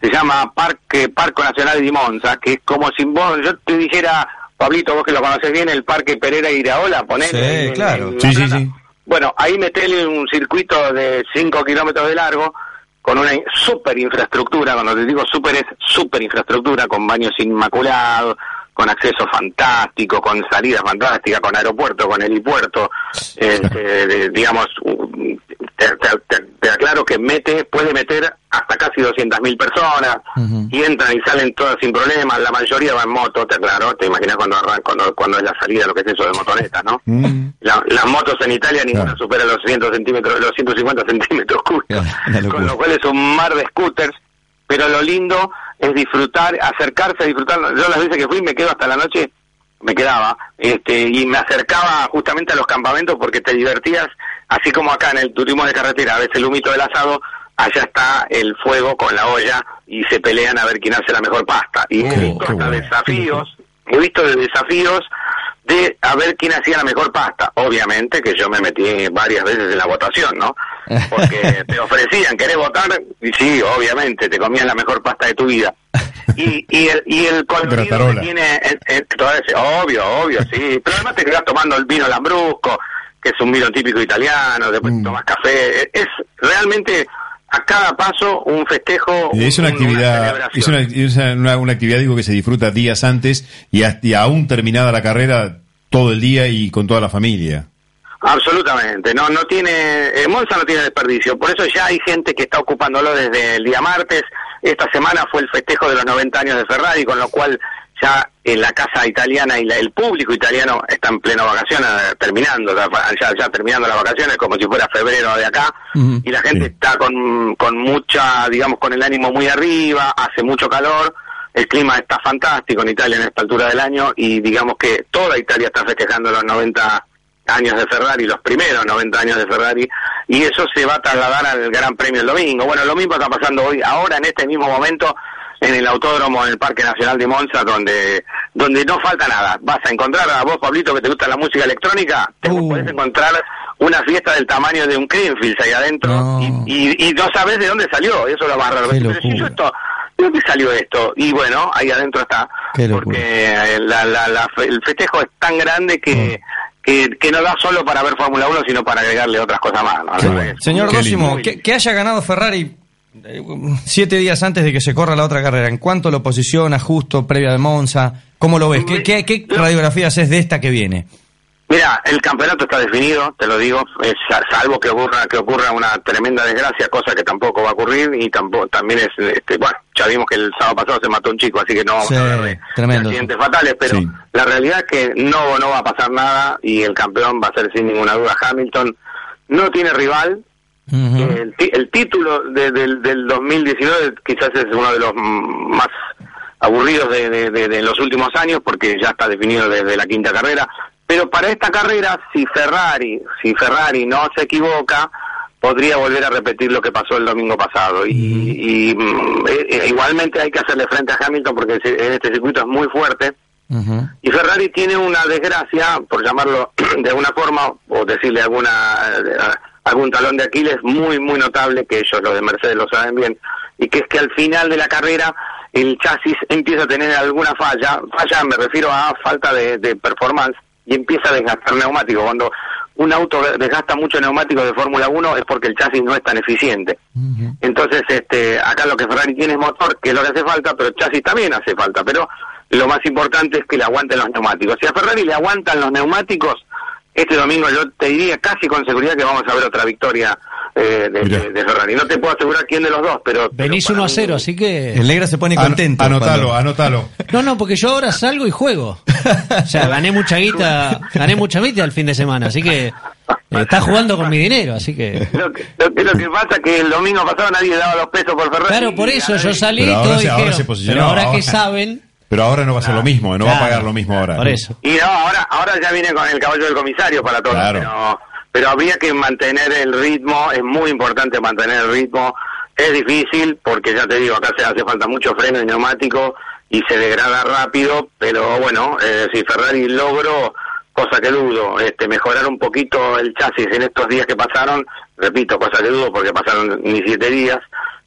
H: Se llama Parque Parco Nacional de Monza, que es como si vos, yo te dijera, Pablito, vos que lo conoces bien, el Parque Pereira Iraola, ponele.
E: Sí,
H: en- en-
E: claro.
H: en La
D: Sí, sí,
H: Plata.
D: sí.
H: Bueno, ahí metele un circuito de 5 kilómetros de largo con una in- super infraestructura, cuando te digo super es super infraestructura, con baños inmaculados, con acceso fantástico, con salida fantástica, con aeropuerto, con helipuerto, este, de- digamos, un- te, te- te- te aclaro que mete, puede meter hasta casi 200.000 personas y entran y salen todas sin problemas, la mayoría va en moto, te aclaro, te imaginas cuando, arran- cuando cuando es la salida, lo que es eso de motoneta, ¿no?
E: Mm.
H: La- las motos en Italia ninguna
D: Claro.
H: supera los 100 centímetros, los 150 centímetros cúbicos,
E: Una locura.
H: con lo cual es un mar de scooters, pero lo lindo es disfrutar, acercarse a disfrutar. Yo las veces que fui me quedo hasta la noche, me quedaba, este, y me acercaba justamente a los campamentos porque te divertías, así como acá en el turismo de carretera, a veces el humito del asado, allá está el fuego con la olla y se pelean a ver quién hace la mejor pasta. Y he visto
D: qué
H: hasta
D: bueno.
H: desafíos, he visto de desafíos de a ver quién hacía la mejor pasta. Obviamente que yo me metí varias veces en la votación, ¿no? Porque te ofrecían, ¿querés votar? Y sí, obviamente, te comían la mejor pasta de tu vida. Y, y el, y el colorido que
D: Gratarola.
H: tiene, el- el- todo ese- obvio, obvio, sí. Pero además te quedás tomando el vino
D: Mm.
H: lambrusco, que es un vino típico italiano, después tomás café. Es realmente a cada paso un festejo.
D: Es
H: un-
D: una actividad,
H: celebración.
D: es una, es una- una actividad digo que se disfruta días antes y, hasta- y aún terminada la carrera todo el día y con toda la familia.
H: Absolutamente, no, no tiene, eh, Monza no tiene desperdicio, por eso ya hay gente que está ocupándolo desde el día martes, esta semana fue el festejo de los 90 años de Ferrari, con lo cual ya eh, la casa italiana y la- el público italiano está en pleno vacaciones, eh, terminando, la- ya, ya terminando las vacaciones, como si fuera febrero de acá,
E: Ujú.
H: y la gente está con, con mucha, digamos, con el ánimo muy arriba, hace mucho calor, el clima está fantástico en Italia en esta altura del año y digamos que toda Italia está festejando los 90 años de Ferrari, los primeros 90 años de Ferrari, y eso se va a trasladar al Gran Premio el domingo. Bueno, lo mismo está pasando hoy, ahora en este mismo momento, en el autódromo, en el Parque Nacional de Monza, donde donde no falta nada. Vas a encontrar a vos, Pablito, que te gusta la música electrónica, te
E: Uh.
H: podés encontrar una fiesta del tamaño de un Greenfield ahí adentro,
E: No.
H: y- y, y no sabes de dónde salió, eso es lo más raro.
E: Qué
H: Pero si
E: locura.
H: yo esto, ¿de dónde salió esto? Y bueno, ahí adentro está,
E: Qué locura.
H: porque eh, la- la- la fe- el festejo es tan grande que,
D: Mm.
H: que, que no da solo para ver Fórmula 1, sino para agregarle otras cosas más. ¿no?
D: Qué bueno.
E: Señor
D: Qué
E: Dósimo,
H: lindo.
E: que, que haya ganado Ferrari eh, siete días antes de que se corra la otra carrera, ¿en cuánto lo posiciona justo previa de Monza? ¿Cómo lo ves? ¿Qué, qué, qué radiografía haces de esta que viene?
H: Mira, el campeonato está definido, te lo digo, es- salvo que ocurra que ocurra una tremenda desgracia, cosa que tampoco va a ocurrir y tampoco también es este, bueno, ya vimos que el sábado pasado se mató un chico, así que no vamos
E: Sí,
H: a hablar de- de
E: tremendo.
H: accidentes fatales, pero
D: Sí.
H: la realidad es que no no va a pasar nada y el campeón va a ser sin ninguna duda Hamilton. No tiene rival,
E: Ujú.
H: el, ti- el título de- del, del 2019 quizás es uno de los mm, más aburridos de, de- de- de los últimos años porque ya está definido desde la quinta carrera. Pero para esta carrera, si Ferrari, si Ferrari no se equivoca, podría volver a repetir lo que pasó el domingo pasado. Y, y, mm, eh, eh, igualmente hay que hacerle frente a Hamilton porque se- en este circuito es muy fuerte.
E: Ujú.
H: Y Ferrari tiene una desgracia, por llamarlo de alguna forma, o decirle alguna eh, algún talón de Aquiles muy, muy notable, que ellos los de Mercedes lo saben bien, y que es que al final de la carrera el chasis empieza a tener alguna falla, falla me refiero a falta de, de performance, y empieza a desgastar neumático. Cuando un auto desgasta mucho neumático de Fórmula 1 es porque el chasis no es tan eficiente. Entonces, este, acá lo que Ferrari tiene es motor, que es lo que hace falta, pero chasis también hace falta. Pero lo más importante es que le aguanten los neumáticos. Si a Ferrari le aguantan los neumáticos, este domingo yo te diría casi con seguridad que vamos a ver otra victoria eh, de,
D: Mirá.
H: de- de Ferrari. No te puedo asegurar quién de los dos, pero...
I: Venís
H: pero
I: 1
H: para
I: a
H: mí-
I: 0, así que.
E: El
D: e-
E: Negra se pone
D: Ano-
E: contento.
D: anotalo,
E: cuando-
D: anotalo.
I: No, no, porque yo ahora salgo y juego. O sea, gané mucha guita, gané mucha guita el fin de semana, así que. eh, Está jugando con mi dinero, así que.
H: Lo que, lo, que- lo que pasa es que el domingo pasado nadie daba los pesos por Ferrari.
I: Claro, por
H: Y
I: eso
H: ahora-
I: yo salí
D: Pero
I: y
D: ahora
I: todo
D: se- ahora
I: dijeron,
D: se posicionó,
I: pero ahora,
D: ahora-
I: que saben,
D: Pero ahora no va a ser lo mismo, ¿eh? no va a
I: Ah, claro.
D: pagar lo mismo ahora.
I: por eso.
H: Y no, ahora, ahora ya viene con el caballo del comisario para todos.
D: Claro.
H: Pero, pero habría que mantener el ritmo, es muy importante mantener el ritmo. Es difícil porque ya te digo, acá se hace falta mucho freno y neumático y se degrada rápido, pero bueno, eh, si Ferrari logró, cosa que dudo, este, mejorar un poquito el chasis en estos días que pasaron, repito, cosa que dudo porque pasaron ni siete días,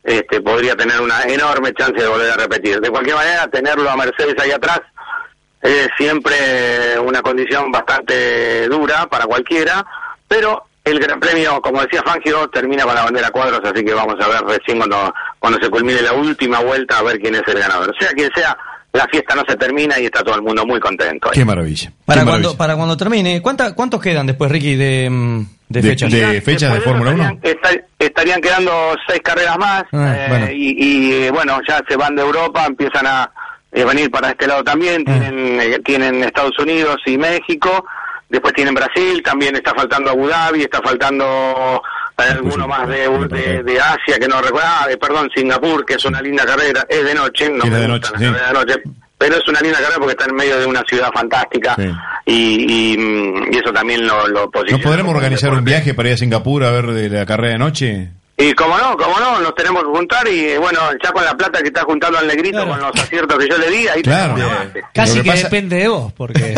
H: este, podría tener una enorme chance de volver a repetir. De cualquier manera, tenerlo a Mercedes ahí atrás es siempre una condición bastante dura para cualquiera, pero el Gran Premio, como decía Fangio, termina con la bandera a cuadros, así que vamos a ver recién cuando, cuando se culmine la última vuelta a ver quién es el ganador. Sea quien sea, la fiesta no se termina y está todo el mundo muy contento.
D: Qué maravilla.
E: Para
D: Qué
E: cuando,
D: maravilla.
E: para cuando termine, ¿cuánta, ¿cuántos quedan después, Ricky, de, mm, de
D: De-
E: fechas?
D: de- fechas de
H: Después
D: Fórmula
H: eso Estarían, estar- estarían quedando seis carreras más
E: Ah,
H: eh,
E: bueno.
H: Y, y, bueno, ya se van de Europa, empiezan a eh, venir para este lado también,
D: Ah.
H: tienen, eh, tienen Estados Unidos y México, después tienen Brasil, también está faltando Abu Dhabi, está faltando eh, alguno más de, de, de Asia que no recuerdo, ah, de- perdón, Singapur, que es una linda carrera, es de noche, no
D: Es
H: me
D: de
H: gustan
D: noche,
H: las
D: sí.
H: carreras de noche, pero es una linda carrera porque está en medio de una ciudad fantástica
D: Sí.
H: y, y, mm, y eso también lo, lo
D: ¿No
H: posiciona
D: podremos
H: como un
D: organizar un
H: deporte.
D: viaje para ir a Singapur a ver de la carrera de noche?
H: Y como no, como no, nos tenemos que juntar y eh, bueno, ya con la plata que está juntando al negrito,
I: Claro.
H: con los aciertos que yo le di, ahí
D: Claro.
H: tenemos una base.
D: Lo
I: Casi
D: que
I: que
D: pasa-
I: depende de vos, porque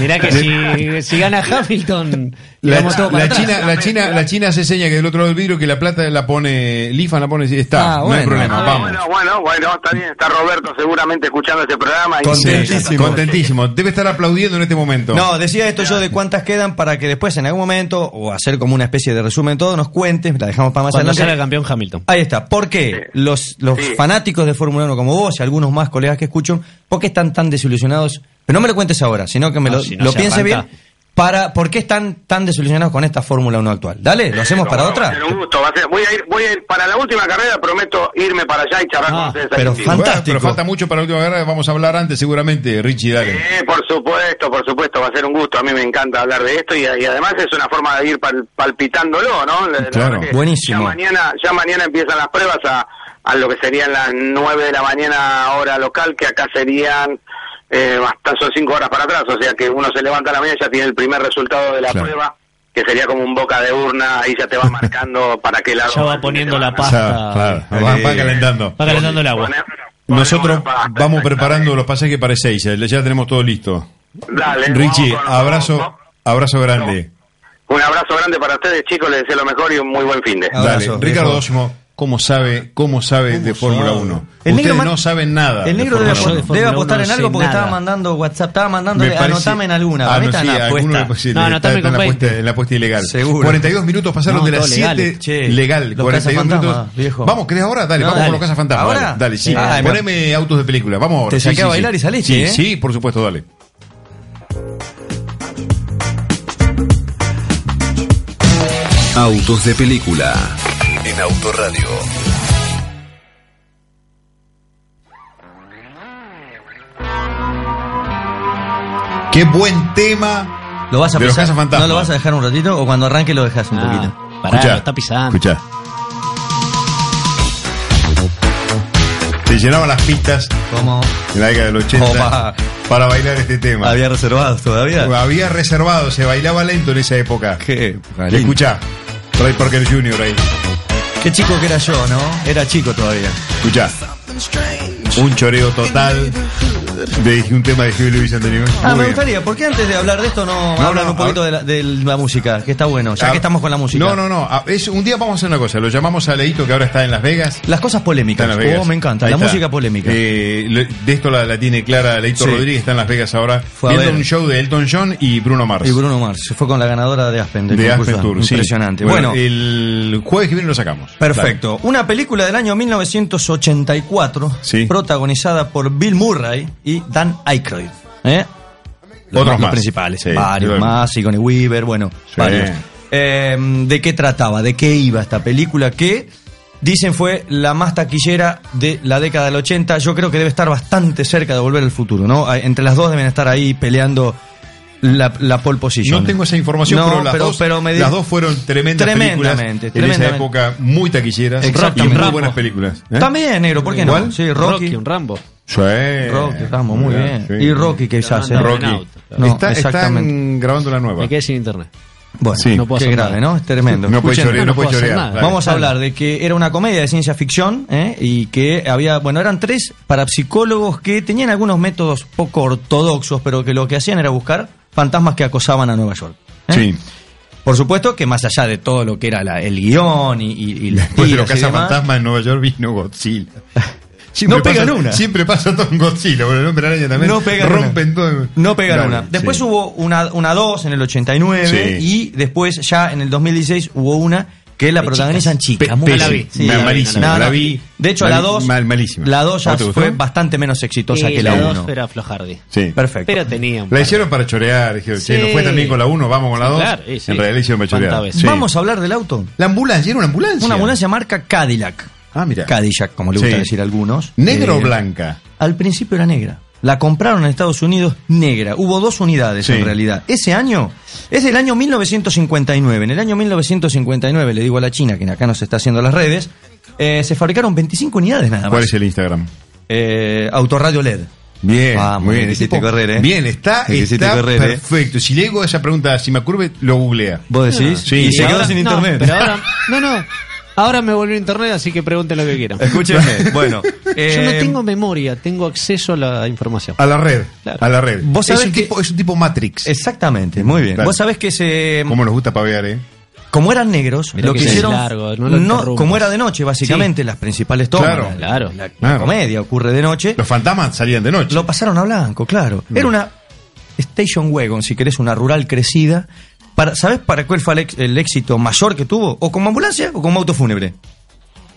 I: mirá que si, si gana Hamilton,
D: La,
E: Vamos todo para
D: la
E: atrás.
D: China, la, China, la China se seña que del otro lado del vidrio que la plata la pone, Lifan la pone, está,
E: Ah,
D: no hay
E: bueno.
D: problema,
E: Ah,
D: vamos.
H: Bueno, bueno, bueno, está bien. Está Roberto seguramente escuchando este programa. Y
D: Contentísimo. Contentísimo. Debe estar aplaudiendo en este momento.
E: No, decía esto yo de cuántas quedan para que después en algún momento, o hacer como una especie de resumen todo, nos cuentes, la dejamos para más
F: Cuando
E: adelante.
F: salga campeón Hamilton.
E: Ahí está. ¿Por qué los, los
H: Sí.
E: fanáticos de Fórmula 1 como vos y algunos más colegas que escuchan, por qué están tan desilusionados? Pero no me lo cuentes ahora, sino que me
F: No,
E: lo,
F: si no
E: lo
F: se
E: piense
F: arranca.
E: bien. Para, ¿Por qué están tan desilusionados con esta Fórmula 1 actual? Dale, ¿lo hacemos
H: No,
E: para
H: no,
E: otra?
H: va a ser un gusto, va a ser- voy, a ir, voy a ir para la última carrera, prometo irme para allá y charlar con
E: Ah,
H: ustedes.
E: pero
H: ahí, sí.
E: fan-
D: Bueno,
E: fantástico.
D: pero falta mucho para la última guerra, vamos a hablar antes seguramente, Richie, dale.
H: Eh, por supuesto, por supuesto, va a ser un gusto. A mí me encanta hablar de esto y, y además es una forma de ir pal- palpitándolo, ¿no? La- la
D: Claro,
H: verdad que
E: buenísimo.
H: Ya mañana, ya mañana empiezan las pruebas a, a lo que serían las 9 de la mañana hora local, que acá serían eh, hasta son 5 horas para atrás. O sea que uno se levanta a la mañana y ya tiene el primer resultado de la
D: Claro.
H: prueba, que sería como un boca de urna, ahí ya te va marcando para qué lado.
I: Ya
H: el
I: va
H: fin
I: poniendo
H: de
I: la
H: semana.
D: O sea,
I: pasta.
D: claro, va, va calentando.
I: Va calentando el agua.
H: Poner- poner
D: Nosotros
H: una pasta,
D: vamos
H: exactamente.
D: preparando los pasajes para Ezeiza, ya tenemos todo listo.
H: Dale,
D: Richie,
H: vamos con-
D: abrazo, abrazo grande.
H: Un abrazo grande para ustedes, chicos. Les deseo lo mejor y un muy buen fin de.
E: Abrazo,
D: Dale, Ricardo
E: viejo.
D: Osmo, ¿cómo sabe, cómo sabe de Fórmula 1?
E: El negro
D: Ustedes
E: man-
D: no saben nada.
E: El
D: de
E: negro debe,
D: Fórmula
E: apo-
D: 1.
E: debe apostar en algo porque
I: nada.
E: estaba mandando WhatsApp, estaba mandando,
D: Me parece-
E: anotame en alguna.
D: Ah,
E: para mí
D: no,
E: está
D: sí,
E: en la
D: alguno
E: apuesta.
D: le puede- sí,
I: No,
D: está-
I: anotame
D: está en la
I: con
D: apuesta,
I: 20.
D: en la apuesta ilegal.
E: Seguro.
D: 42 minutos pasaron
I: No,
D: de las
I: todo
D: 7.
I: legal,
E: che.
D: Legal,
E: Los
D: 42
E: cazafantasmas,
D: minutos.
E: viejo.
D: Vamos, ¿querés ahora? Dale,
E: No,
D: vamos
E: dale.
D: con los casas fantasmas.
E: ¿Ahora?
D: Dale, dale, sí.
E: Ah, me-
D: Poneme autos de película. Vamos ahora.
E: Te
D: Sí,
E: saqué a
D: sí,
E: bailar
D: sí.
E: y saliste,
D: Sí,
E: ¿eh?
D: sí, por supuesto, dale.
C: Autos de película. En Autoradio.
D: Qué buen tema.
E: ¿Lo vas a
D: De los
E: pisar?
D: cazafantasmas.
E: ¿No lo vas a dejar un ratito o cuando arranque lo dejas un poquito?
I: Ah, pará,
D: Escuchá,
I: lo está pisando.
D: Escuchá. Te llenaban las pistas
E: Como
D: en la década del 80
E: Opa.
D: para bailar este tema.
E: había reservado todavía.
D: Había reservado, se bailaba lento en esa época.
E: Qué,
D: Escucha, Ray Parker Jr. ahí.
E: Qué chico que era yo, ¿no? Era chico todavía.
D: Escucha, un choreo total de un tema de Huey Lewis and the News. Muy
E: Ah, me
D: bien.
E: gustaría, ¿por qué antes de hablar de esto no,
D: No,
E: hablan
D: no,
E: un poquito
D: a-
E: de la, de la música? Que está bueno, ya
D: Ah,
E: que estamos con la música.
D: No, no, no. Ah, Es, un día vamos a hacer una cosa. Lo llamamos a Leito, que ahora está en Las Vegas.
E: Las cosas
D: Está en
E: polémicas.
D: Las Vegas.
E: Oh, me encanta.
D: Ahí
E: la
D: está.
E: música polémica.
D: Eh, lo- de esto la, la tiene clara Leito
E: Sí.
D: Rodríguez. Está en Las Vegas ahora.
E: Fue a
D: viendo
E: ver.
D: un show de Elton John y Bruno Mars.
E: y Bruno Mars se fue con la ganadora de Aspen. del
D: de
E: concurso.
D: Aspen Tour. sí.
E: Impresionante. Bueno,
D: el jueves que viene lo sacamos.
E: perfecto. Una película del año 1984,
D: Sí.
E: protagonizada por Bill Murray y Dan Aykroyd. ¿Eh? Los,
D: Otros
E: los
D: más.
E: principales,
D: Sí,
E: varios
D: claro.
E: más, y Connie Weaver, bueno,
D: Sí.
E: varios. Eh, ¿De qué trataba? ¿De qué iba esta película? Que dicen fue la más taquillera de la década del 80. Yo creo que debe estar bastante cerca de volver al futuro, ¿no? Eh, Entre las dos deben estar ahí peleando la, la pole position.
D: No tengo esa información,
E: No,
D: pero, las, dos,
E: pero me di-
D: las dos fueron tremendas
E: Tremendamente,
D: películas. En esa
E: tremendamente.
D: época, muy taquilleras y
E: Exactamente.
D: muy
E: Rambo.
D: buenas películas. ¿eh?
E: También, negro, ¿por qué no?
D: ¿Igual?
E: Sí,
F: Rocky,
E: Rocky.
F: un Rambo.
D: Sí.
E: Rocky, Rambo, muy bien.
D: Sí.
E: Y Rocky que quizás, ¿eh?
I: Rocky.
D: Rocky.
E: No,
D: Está- están
E: exactamente.
D: grabando la nueva.
F: Me quedé sin internet.
E: Bueno,
D: Sí.
E: no puedo qué
F: hacer
E: grave,
F: nada.
E: ¿no? Es tremendo.
D: No puede
E: Escuchen,
D: chorear,
F: no
D: no puede
F: puedo hacer
D: chorear.
F: nada.
D: Dale.
E: Vamos a hablar de que era una comedia de ciencia ficción ¿eh? y que había, bueno, eran tres parapsicólogos que tenían algunos métodos poco ortodoxos, pero que lo que hacían era buscar fantasmas que acosaban a Nueva York. ¿eh?
D: Sí.
E: Por supuesto que más allá de todo lo que era la- el guión y, y, y las
D: Después Pues de los
E: tiras y demás,
D: cazafantasmas en Nueva York vino Godzilla.
E: No pegan
D: pasa-
E: una.
D: Siempre pasa todo en Godzilla, pero el hombre araña también.
E: No pegan
D: Rompen
E: una.
D: todo.
E: No pegan
D: Dale,
E: una. Después
D: sí.
E: hubo una, una dos en el 89
D: Sí.
E: y después ya en el 2016 hubo una que la
I: De
E: protagonizan chicas.
D: Pe-
E: muy
D: pésima.
E: bien.
D: Mal- malísima.
E: No, no.
D: La vi-
E: De hecho,
D: mal-
E: la 2
D: mal- malísima.
E: La 2
D: ¿A
E: ya
D: vos te gustó?
E: fue bastante menos exitosa
I: Sí,
E: que la
I: dos
E: 1.
I: era flojardi.
D: Sí.
E: Perfecto.
I: Pero tenía un
D: La
I: par.
D: hicieron para chorear. Dijeron, che, no fue
I: Sí.
D: también con la 1, vamos con la
I: Sí,
D: 2.
I: claro, sí, sí.
D: En realidad la hicieron para chorear.
I: ¿Cuántas
D: Sí.
E: Vamos a hablar del auto.
D: La ambulancia, era una ambulancia.
E: Una ambulancia marca Cadillac.
D: Ah, mira.
E: Cadillac, como le gusta
D: Sí.
E: decir a algunos.
D: ¿Negra o
E: Eh,
D: blanca?
E: Al principio era negra. La compraron en Estados Unidos negra. Hubo dos unidades
D: Sí.
E: en realidad. Ese año es del año 1959. En el año 1959, le digo a la China, que acá nos está haciendo las redes, eh, se fabricaron 25 unidades nada más.
D: ¿Cuál es el Instagram?
E: Eh, Autorradio LED.
D: Bien,
E: Vamos,
D: muy bien.
E: me quisiste
D: Tipo,
E: correr, ¿eh?
D: Bien, está,
E: Me quisiste
D: está
E: correr, ¿eh?
D: perfecto. Si le hago esa pregunta a Sima Curve, lo googlea.
E: ¿Vos decís?
D: Sí.
E: Y se
D: Y
E: quedó
D: ahora-
E: sin
I: no,
E: internet.
I: Pero ahora, no, no.
F: Ahora me volvió a internet, así que pregunten lo que quieran.
E: Escúcheme, bueno.
F: Yo no
E: eh,
F: tengo memoria, tengo acceso a la información.
D: A la red.
F: Claro.
D: A la red.
E: Vos
D: es,
E: sabés
D: un
E: que-
D: tipo, es un tipo Matrix.
E: Exactamente, muy bien.
D: Claro.
E: Vos sabés que se,
D: Como nos gusta pavear, ¿eh?
E: como eran negros,
F: Mirá
E: lo
F: que
E: que,
F: sí.
E: hicieron,
F: Largo, no lo interrumpas.
E: como era de noche, básicamente, las principales tomas,
D: Claro.
E: la-
F: Claro.
E: la, la
D: Claro.
E: comedia ocurre de noche,
D: Los fantasmas salían de noche.
E: lo pasaron a blanco, claro. Era una station wagon, si querés, una rural crecida. Para, ¿Sabés para cuál fue el, ex- el éxito mayor que tuvo? ¿O como ambulancia o como auto fúnebre?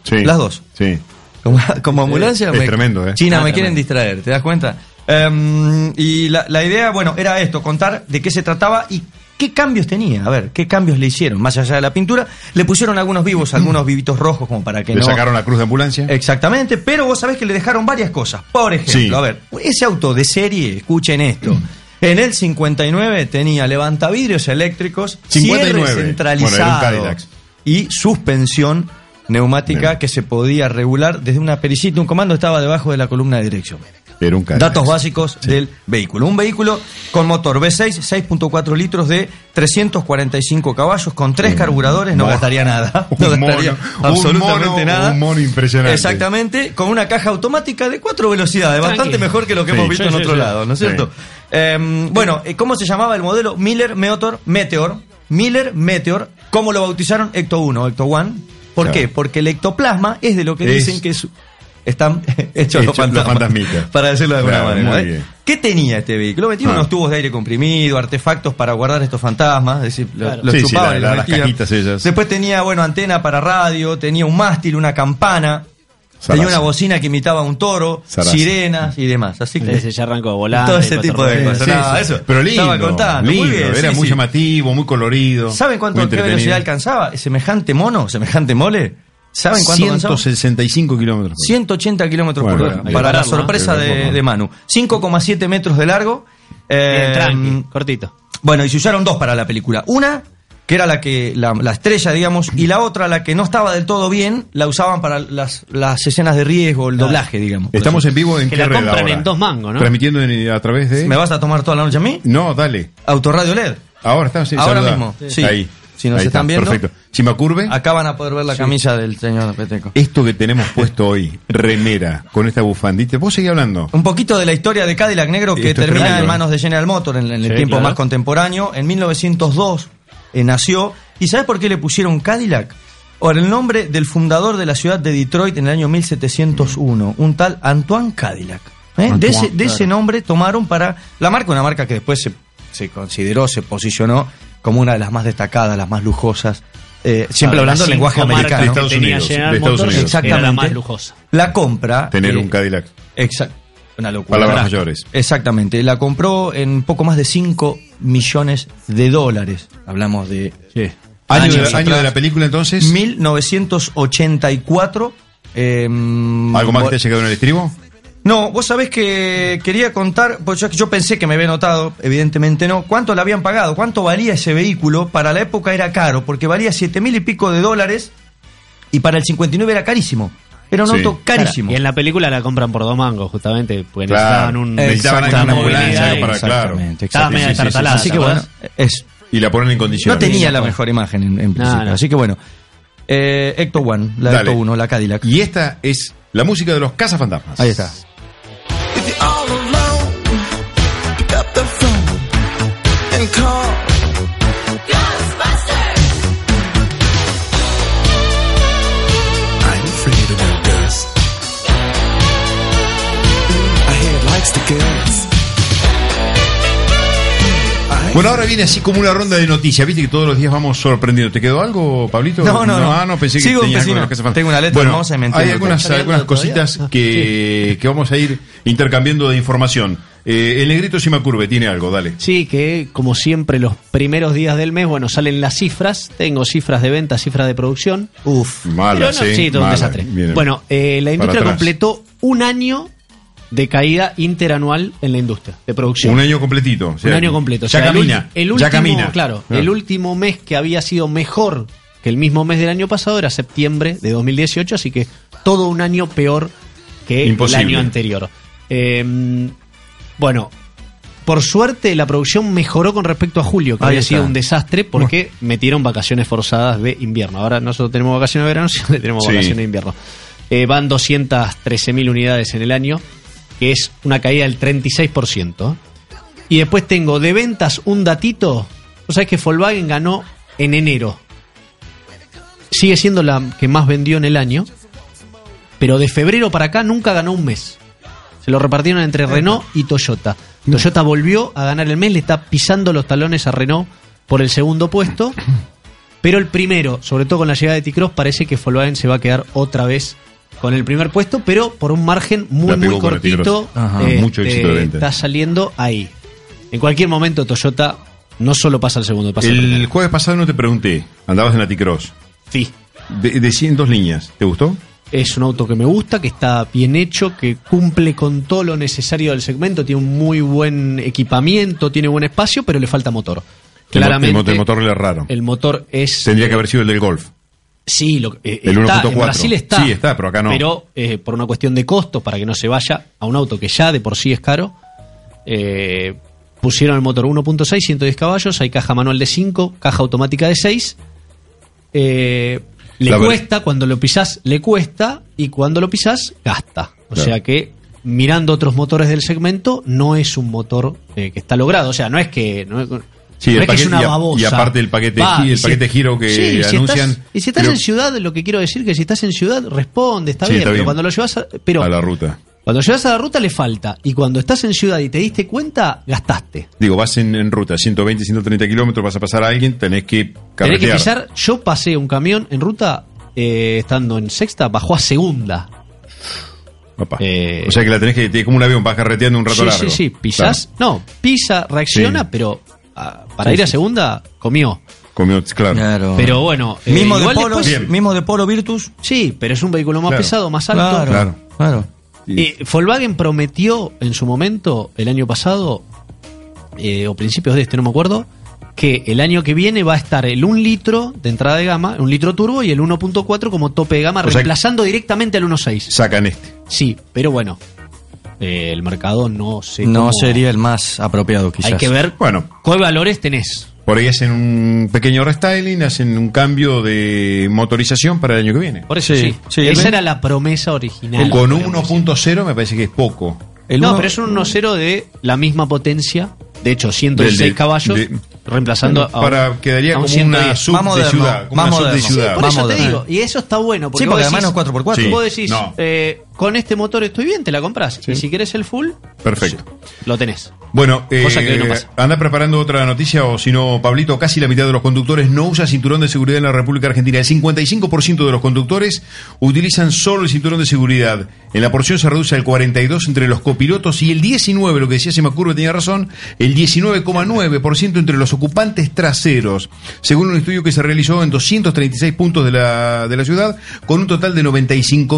D: Sí.
E: Las dos.
D: Sí.
E: Como, como ambulancia.
D: es tremendo, ¿eh?
E: China, me quieren distraer, ¿te das cuenta? Em, y la, la idea, bueno, era esto, contar de qué se trataba y qué cambios tenía. A ver, qué cambios le hicieron. Más allá de la pintura, le pusieron algunos vivos, algunos vivitos rojos como para que
D: Le
E: no...
D: sacaron la cruz de ambulancia.
E: Exactamente, pero vos sabés que le dejaron varias cosas. Por ejemplo,
D: Sí.
E: a ver, ese auto de serie, escuchen esto. En el 59 tenía levantavidrios eléctricos,
D: 59.
E: cierre
D: Bueno, era
E: centralizado
D: un Cadillac.
E: y suspensión neumática
D: Bien.
E: que se podía regular desde una perillita. Un comando estaba debajo de la columna de dirección.
D: Era un Cadillac.
E: Datos básicos del vehículo. Un vehículo con motor V6, 6.4 litros de 345 caballos, con tres carburadores, no
D: mono.
E: gastaría nada.
D: Un
E: No gastaría
D: mono, un
E: absolutamente
D: mono,
E: nada.
D: un mono impresionante.
E: Exactamente, con una caja automática de cuatro velocidades, bastante mejor que lo que
D: Sí,
E: hemos visto
D: sí,
E: en
D: sí,
E: otro
D: sí.
E: lado, ¿no es
D: Sí.
E: cierto? Eh, bueno, eh, ¿cómo se llamaba el modelo? Miller Meteor, Meteor. Miller Meteor, ¿cómo lo bautizaron? Ecto 1, Ecto 1. ¿Por
D: Claro.
E: qué? Porque el ectoplasma es de lo que
D: Es-
E: dicen que es- están hechos
D: Hechos
E: los
D: los
E: fantasmas.
D: fantasmitas.
E: Para decirlo de alguna
D: Claro,
E: manera.
D: muy
E: ¿eh?
D: bien.
E: ¿Qué tenía este vehículo? Metía
D: Ah.
E: unos tubos de aire comprimido, artefactos para guardar estos fantasmas, es decir, lo-
D: Claro.
E: los
D: Sí, sí,
E: chupaban
D: la-
E: y los
D: la- las
E: metían.
D: cajitas ellas.
E: Después tenía, bueno, antena para radio, tenía un mástil, una campana,
D: Zaraza.
E: tenía una bocina que imitaba un toro,
D: Zaraza.
E: sirenas y demás. Así que
F: Ese ya arrancó volando.
E: todo ese tipo de
D: Sí,
E: cosas.
D: sí,
E: No,
D: sí.
E: eso
D: Pero lindo.
E: estaba contando.
D: lindo,
E: muy bien,
D: era
E: sí,
D: muy
E: sí.
D: llamativo, muy colorido.
E: ¿Saben
D: muy
E: cuánto qué
D: entretenido.
E: velocidad alcanzaba? ¿Semejante mono? ¿Semejante mole? ¿Saben cuánto alcanzaba?
D: 165 kilómetros.
E: 180 kilómetros
D: Bueno,
E: por
D: hay
E: hora,
D: que
E: para la
F: pararlo, ¿no?
E: sorpresa
D: Hay que
E: de,
D: pararlo.
E: de Manu. 5,7 metros de largo.
F: Bien,
E: Eh,
F: tranqui, cortito.
E: bueno, y se usaron dos para la película. Una, que era la que la, la estrella, digamos, y la otra, la que no estaba del todo bien, la usaban para las, las escenas de riesgo, el doblaje, digamos.
D: Estamos en vivo en
F: Que
D: qué
F: la
D: red
F: compran
D: ahora?
F: en dos mangos, ¿no?
D: Transmitiendo en- a través de.
E: ¿Me vas a tomar toda la noche a mí?
D: No, dale.
E: Autorradio E LED.
D: Ahora estamos sí,
E: Ahora
D: saludá.
E: mismo, sí.
D: Ahí.
E: Si nos
D: Ahí
E: están viendo. Ah.
D: Perfecto. Si me curve,
E: Acá van a poder ver la camisa del señor Peteco.
D: esto que tenemos puesto hoy, remera, con esta bufandita. Vos seguís hablando.
E: Un poquito de la historia de Cadillac Negro que
D: Esto es
E: termina
D: tremendo,
E: en
D: ¿eh?
E: manos de General Motors en, en el
F: Sí,
E: tiempo
F: claro.
E: más contemporáneo. En 1902 eh, nació. ¿Y sabes por qué le pusieron Cadillac? Por el nombre del fundador de la ciudad de Detroit en el año 1701, un tal Antoine Cadillac. ¿eh?
D: Antoine,
E: de, ese, de
D: claro.
E: ese nombre tomaron para la marca, una marca que después se, se consideró, se posicionó como una de las más destacadas, las más lujosas. eh, siempre
F: Claro,
E: hablando
F: Ah, las
E: el lenguaje
F: cinco marcas
E: americano.
D: de Estados
F: que tenía
D: Unidos,
F: General
D: de Estados
F: Motors
D: Unidos.
E: Exactamente.
F: Era la más lujosa.
E: La compra.
D: Tener
E: eh,
D: un Cadillac.
E: Exacto. Una locura.
D: Palabras
E: Carajo.
D: mayores.
E: Exactamente. La compró en poco más de 5 millones de dólares. Hablamos de
D: Año, de,
E: Años
D: la- año
E: atrás.
D: de la película entonces.
E: 1984. eh,
D: ¿Algo más que te
E: bo-
D: haya quedado en el estribo?
E: No, vos sabés que quería contar, pues yo, yo pensé que me había notado, evidentemente no, cuánto le habían pagado, cuánto valía ese vehículo. Para la época era caro, porque valía 7 mil y pico de dólares y para el 59 era carísimo. Era un
D: Sí.
E: auto carísimo.
F: Y en la película la compran por dos mangos, justamente. Porque
D: Claro.
F: necesitaban un.
D: Necesitaban
E: Exactamente.
D: una ambulancia
F: Movilidad,
D: para, claro.
E: exactamente,
F: Estaba
E: exactamente. Sí,
F: medio
E: sí, sí,
F: destartalada,
E: sí, sí. Así que
F: ¿te
E: bueno,
F: acordás?
E: es,
D: Y la ponen en
E: no
D: condiciones.
E: tenía la
F: bueno.
E: mejor imagen en, en principio.
F: no.
E: Así que bueno, eh, Ecto One, la
D: Dale.
E: Ecto 1, la Cadillac.
D: Y esta es la música de los cazafantasmas.
E: Ahí está.
G: If you're all alone, pick up the phone and call. Ghostbusters! I ain't afraid of no ghosts. I hear it likes the girls.
D: Bueno, ahora viene así como una ronda de noticias. Viste que todos los días vamos sorprendiendo. ¿Te quedó algo, Pablito?
E: No, no, no.
D: Ah, no, pensé que
E: Sigo
D: tenía algo de
E: empecino.
D: las casas fantasmas.
E: Tengo una letra
D: bueno,
E: hermosa y me
D: Hay
E: entiendo.
D: algunas, algunas cositas que, que vamos a ir intercambiando de información. Eh, el negrito Simacurbe tiene algo, dale.
F: Sí, que como siempre los primeros días del mes, bueno, salen las cifras. Tengo cifras de venta, cifras de producción.
E: Uf.
D: Mala,
F: Pero no,
D: sí.
F: todo un
D: mala.
F: desastre.
D: Bien.
F: Bueno, eh, la industria
D: atrás.
F: completó un año de caída interanual en la industria de producción.
D: un año completito. o sea,
F: Un año completo. O
D: Ya
F: sea, el
D: camina.
F: ulti- El,
D: ya
F: último,
D: camina.
F: Claro,
D: Ah.
F: el último mes que había sido mejor que el mismo mes del año pasado era septiembre de 2018, así que todo un año peor que
D: Imposible.
F: el año anterior. Eh, Em, bueno, Por suerte, la producción mejoró con respecto a julio, que
E: Ahí
F: había
E: está.
F: sido un desastre porque metieron vacaciones forzadas de invierno. Ahora nosotros tenemos vacaciones de verano, siempre tenemos
D: Sí.
F: vacaciones de invierno. Eh, van 213.000 unidades en el año, que es una caída del 36%. Y después tengo de ventas un datito. O sea, que Volkswagen ganó en enero. Sigue siendo la que más vendió en el año. Pero de febrero para acá nunca ganó un mes. Se lo repartieron entre Renault y Toyota. Toyota volvió a ganar el mes, le está pisando los talones a Renault por el segundo puesto. Pero el primero, sobre todo con la llegada de T-Cross, parece que Volkswagen se va a quedar otra vez con el primer puesto, pero por un margen muy,
D: La pegó
F: muy
D: con el T-Cross.
F: cortito. este,
D: Ajá, mucho éxito de venta.
F: Está saliendo ahí. En cualquier momento, Toyota no solo pasa al segundo, pasa al
D: El
F: primero.
D: jueves pasado no te pregunté, andabas en la T-Cross.
F: Sí.
D: De, de 100 dos líneas, ¿te gustó?
F: Es un auto que me gusta, que está bien hecho, que cumple con todo lo necesario del segmento, tiene un muy buen equipamiento, tiene buen espacio, pero le falta motor.
D: El mo-
F: Claramente,
D: El, mo- el motor le raro.
F: el motor es...
D: Tendría que haber sido el del Golf.
F: Sí, lo, eh,
D: El
F: está,
D: 1.4.
F: en Brasil está.
D: Sí, está, pero acá no.
F: Pero eh, por una cuestión de costos, para que no se vaya a un auto que ya de por sí es caro, eh, pusieron el motor 1.6, 110 caballos, hay caja manual de 5, caja automática de 6. Eh, le
D: La ver-
F: cuesta, cuando lo pisás, le cuesta, y cuando lo pisás, gasta. O
D: Claro.
F: sea que, mirando otros motores del segmento, no es un motor eh, que está logrado. O sea, no es que... No es,
D: Sí,
F: no
D: el
F: es que es
D: paquete-
F: una
D: y a-
F: babosa.
D: y aparte el paquete gi- el
F: y si-
D: paquete giro que
F: Sí, y si
D: anuncian,
F: estás- y si estás
D: creo-
F: en ciudad, lo que quiero decir que si estás en ciudad, responde, está
D: Sí,
F: bien.
D: está
F: pero
D: bien.
F: cuando lo llevas a, pero
D: a la ruta.
F: cuando llevas a la ruta le falta. Y cuando estás en ciudad y te diste cuenta, gastaste.
D: Digo, vas en, en ruta, 120, 130 kilómetros, vas a pasar a alguien, tenés que
F: Tenés que
D: carretear.
F: pisar. Yo pasé un camión en ruta, eh, estando en sexta, bajó a segunda.
D: Opa.
F: Eh,
D: o sea que la tenés que, tenés como un avión, vas carreteando un rato
F: sí,
D: largo.
F: sí, sí. Pisás. No, pisa, reacciona,
D: Sí.
F: pero ah, para
D: Sí, Ah.
F: ir a
D: sí.
F: segunda, comió.
D: Claro. Comió, claro.
E: Claro.
F: Pero bueno, eh,
E: mismo, de
F: igual
E: Polo,
F: después-
D: Bien.
E: mismo de Polo Virtus.
F: Sí, pero es un vehículo más
D: Claro.
F: pesado, más alto.
E: Claro,
D: Claro.
E: claro.
D: Sí.
F: Eh, Volkswagen prometió en su momento, el año pasado, eh, o principios de este, no me acuerdo, que el año que viene va a estar el 1 litro de entrada de gama, un litro turbo y el 1.4 como tope de gama,
D: O sea que-
F: reemplazando directamente al 1.6.
D: Sacan este.
F: Sí, pero bueno, eh, el mercado no se.
E: No sería el más apropiado, quizás.
F: Hay que ver
D: Bueno,
F: qué valores tenés.
D: por ahí hacen un pequeño restyling, hacen un cambio de motorización para el año que viene.
F: Por eso sí.
E: Sí, sí,
F: Esa
E: el-
F: era la promesa original.
D: Con un 1.0 me parece que es poco.
E: El
F: no,
E: uno-
F: pero es un 1.0 de la misma potencia. De hecho, 106
D: Del- del-
F: caballos,
D: de-
F: reemplazando a un-
D: para, quedaría
F: a un
D: como una
F: 110.
D: sub
E: Más
D: de
E: moderno,
D: ciudad. Como
E: más
D: una sub de
E: moderno.
F: Sí,
D: ciudad.
F: por
E: Vamos
F: eso te
E: de-
F: digo, y eso está bueno. Porque
E: Sí,
F: vos
E: porque
F: decís,
E: además no es 4x4.
D: Sí.
F: Vos decís,
D: No.
F: eh, con este motor estoy bien, te la compras. Y si querés el full,
D: Perfecto.
F: lo tenés.
D: Bueno, eh,
F: Cosa que hoy no pasa.
D: anda preparando otra noticia o si no, Pablito, casi la mitad de los conductores no usa cinturón de seguridad en la República Argentina. El 55% de los conductores utilizan solo el cinturón de seguridad. En la porción se reduce al 42% entre los copilotos y el 19%, lo que decía Semacurve tenía razón, el 19,9% entre los ocupantes traseros, según un estudio que se realizó en 236 puntos de la, de la ciudad, con un total de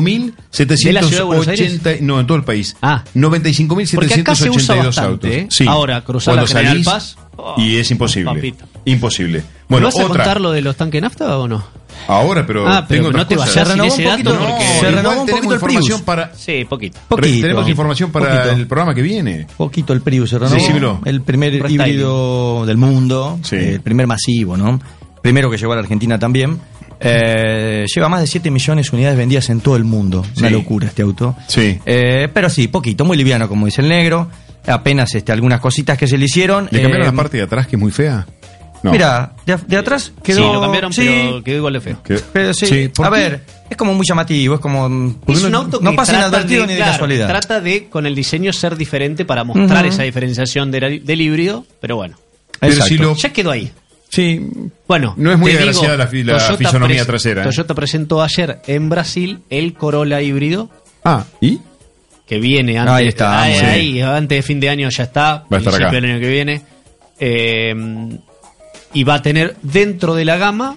D: 95.780...
F: ¿De la ciudad de Buenos Aires?
D: No, en todo el país.
F: Ah.
D: 95.782
F: Porque acá se usa bastante, ¿eh?
D: Sí.
F: Ahora, cruzar
D: Cuando
F: la General
D: salís,
F: Paz, oh,
D: y es imposible.
F: papito.
D: Imposible.
F: ¿Me
D: Bueno,
F: ¿Vas a
D: otra.
F: contar lo de los tanques de nafta o no?
D: Ahora, pero
F: Ah, pero
D: tengo
F: no
D: otras
F: te
D: cosas.
E: se renovó un
F: vayas sin ese
E: poquito,
F: dato
D: No,
F: porque-
E: se
D: igual
E: renovó un
D: tenemos
E: poquito el
D: información
E: Prius.
D: para
F: Sí, poquito.
E: Poquito. eh,
D: tenemos información para
E: Poquito.
D: el programa que viene.
E: Poquito el Prius se renovó.
D: Decímelo.
E: El primer
F: Restyling.
E: híbrido del mundo,
D: Sí.
E: eh, el primer masivo, ¿no? Primero que llegó a la Argentina también. Eh, lleva más de 7 millones de unidades vendidas en todo el mundo. Una
D: Sí.
E: locura este auto.
D: Sí.
E: Eh, pero sí, poquito, muy liviano, como dice el negro. Apenas este, algunas cositas que se le hicieron.
D: ¿Le cambiaron
E: Eh,
D: la parte de atrás que es muy fea? No.
E: Mira, de, de atrás quedó.
F: sí, lo cambiaron,
E: sí,
F: pero quedó igual de feo.
D: Que-
E: pero sí.
D: ¿por
E: a
D: qué?
E: ver, es como muy llamativo, es como.
F: Es un auto que
E: no pasa
F: trata
E: inadvertido
F: de-
E: ni de
F: claro,
E: casualidad.
F: Trata de, con el diseño, ser diferente para mostrar
E: Ujú.
F: esa diferenciación del, del híbrido, pero bueno.
D: Pero
E: Exacto.
D: si lo-
F: Ya quedó ahí.
E: Sí,
F: Bueno,
D: No es muy
F: te digo,
D: agraciada la fi- la
F: Toyota
D: fisonomía
F: pres-
D: trasera, ¿eh?
F: Toyota presentó ayer en Brasil el Corolla híbrido
D: Ah, ¿y?
F: que viene antes,
E: Ahí está,
F: ahí,
E: sí.
F: ahí, antes de fin de año ya está,
D: Va a estar
F: principio
D: acá.
F: del año que viene. Eh, y va a tener dentro de la gama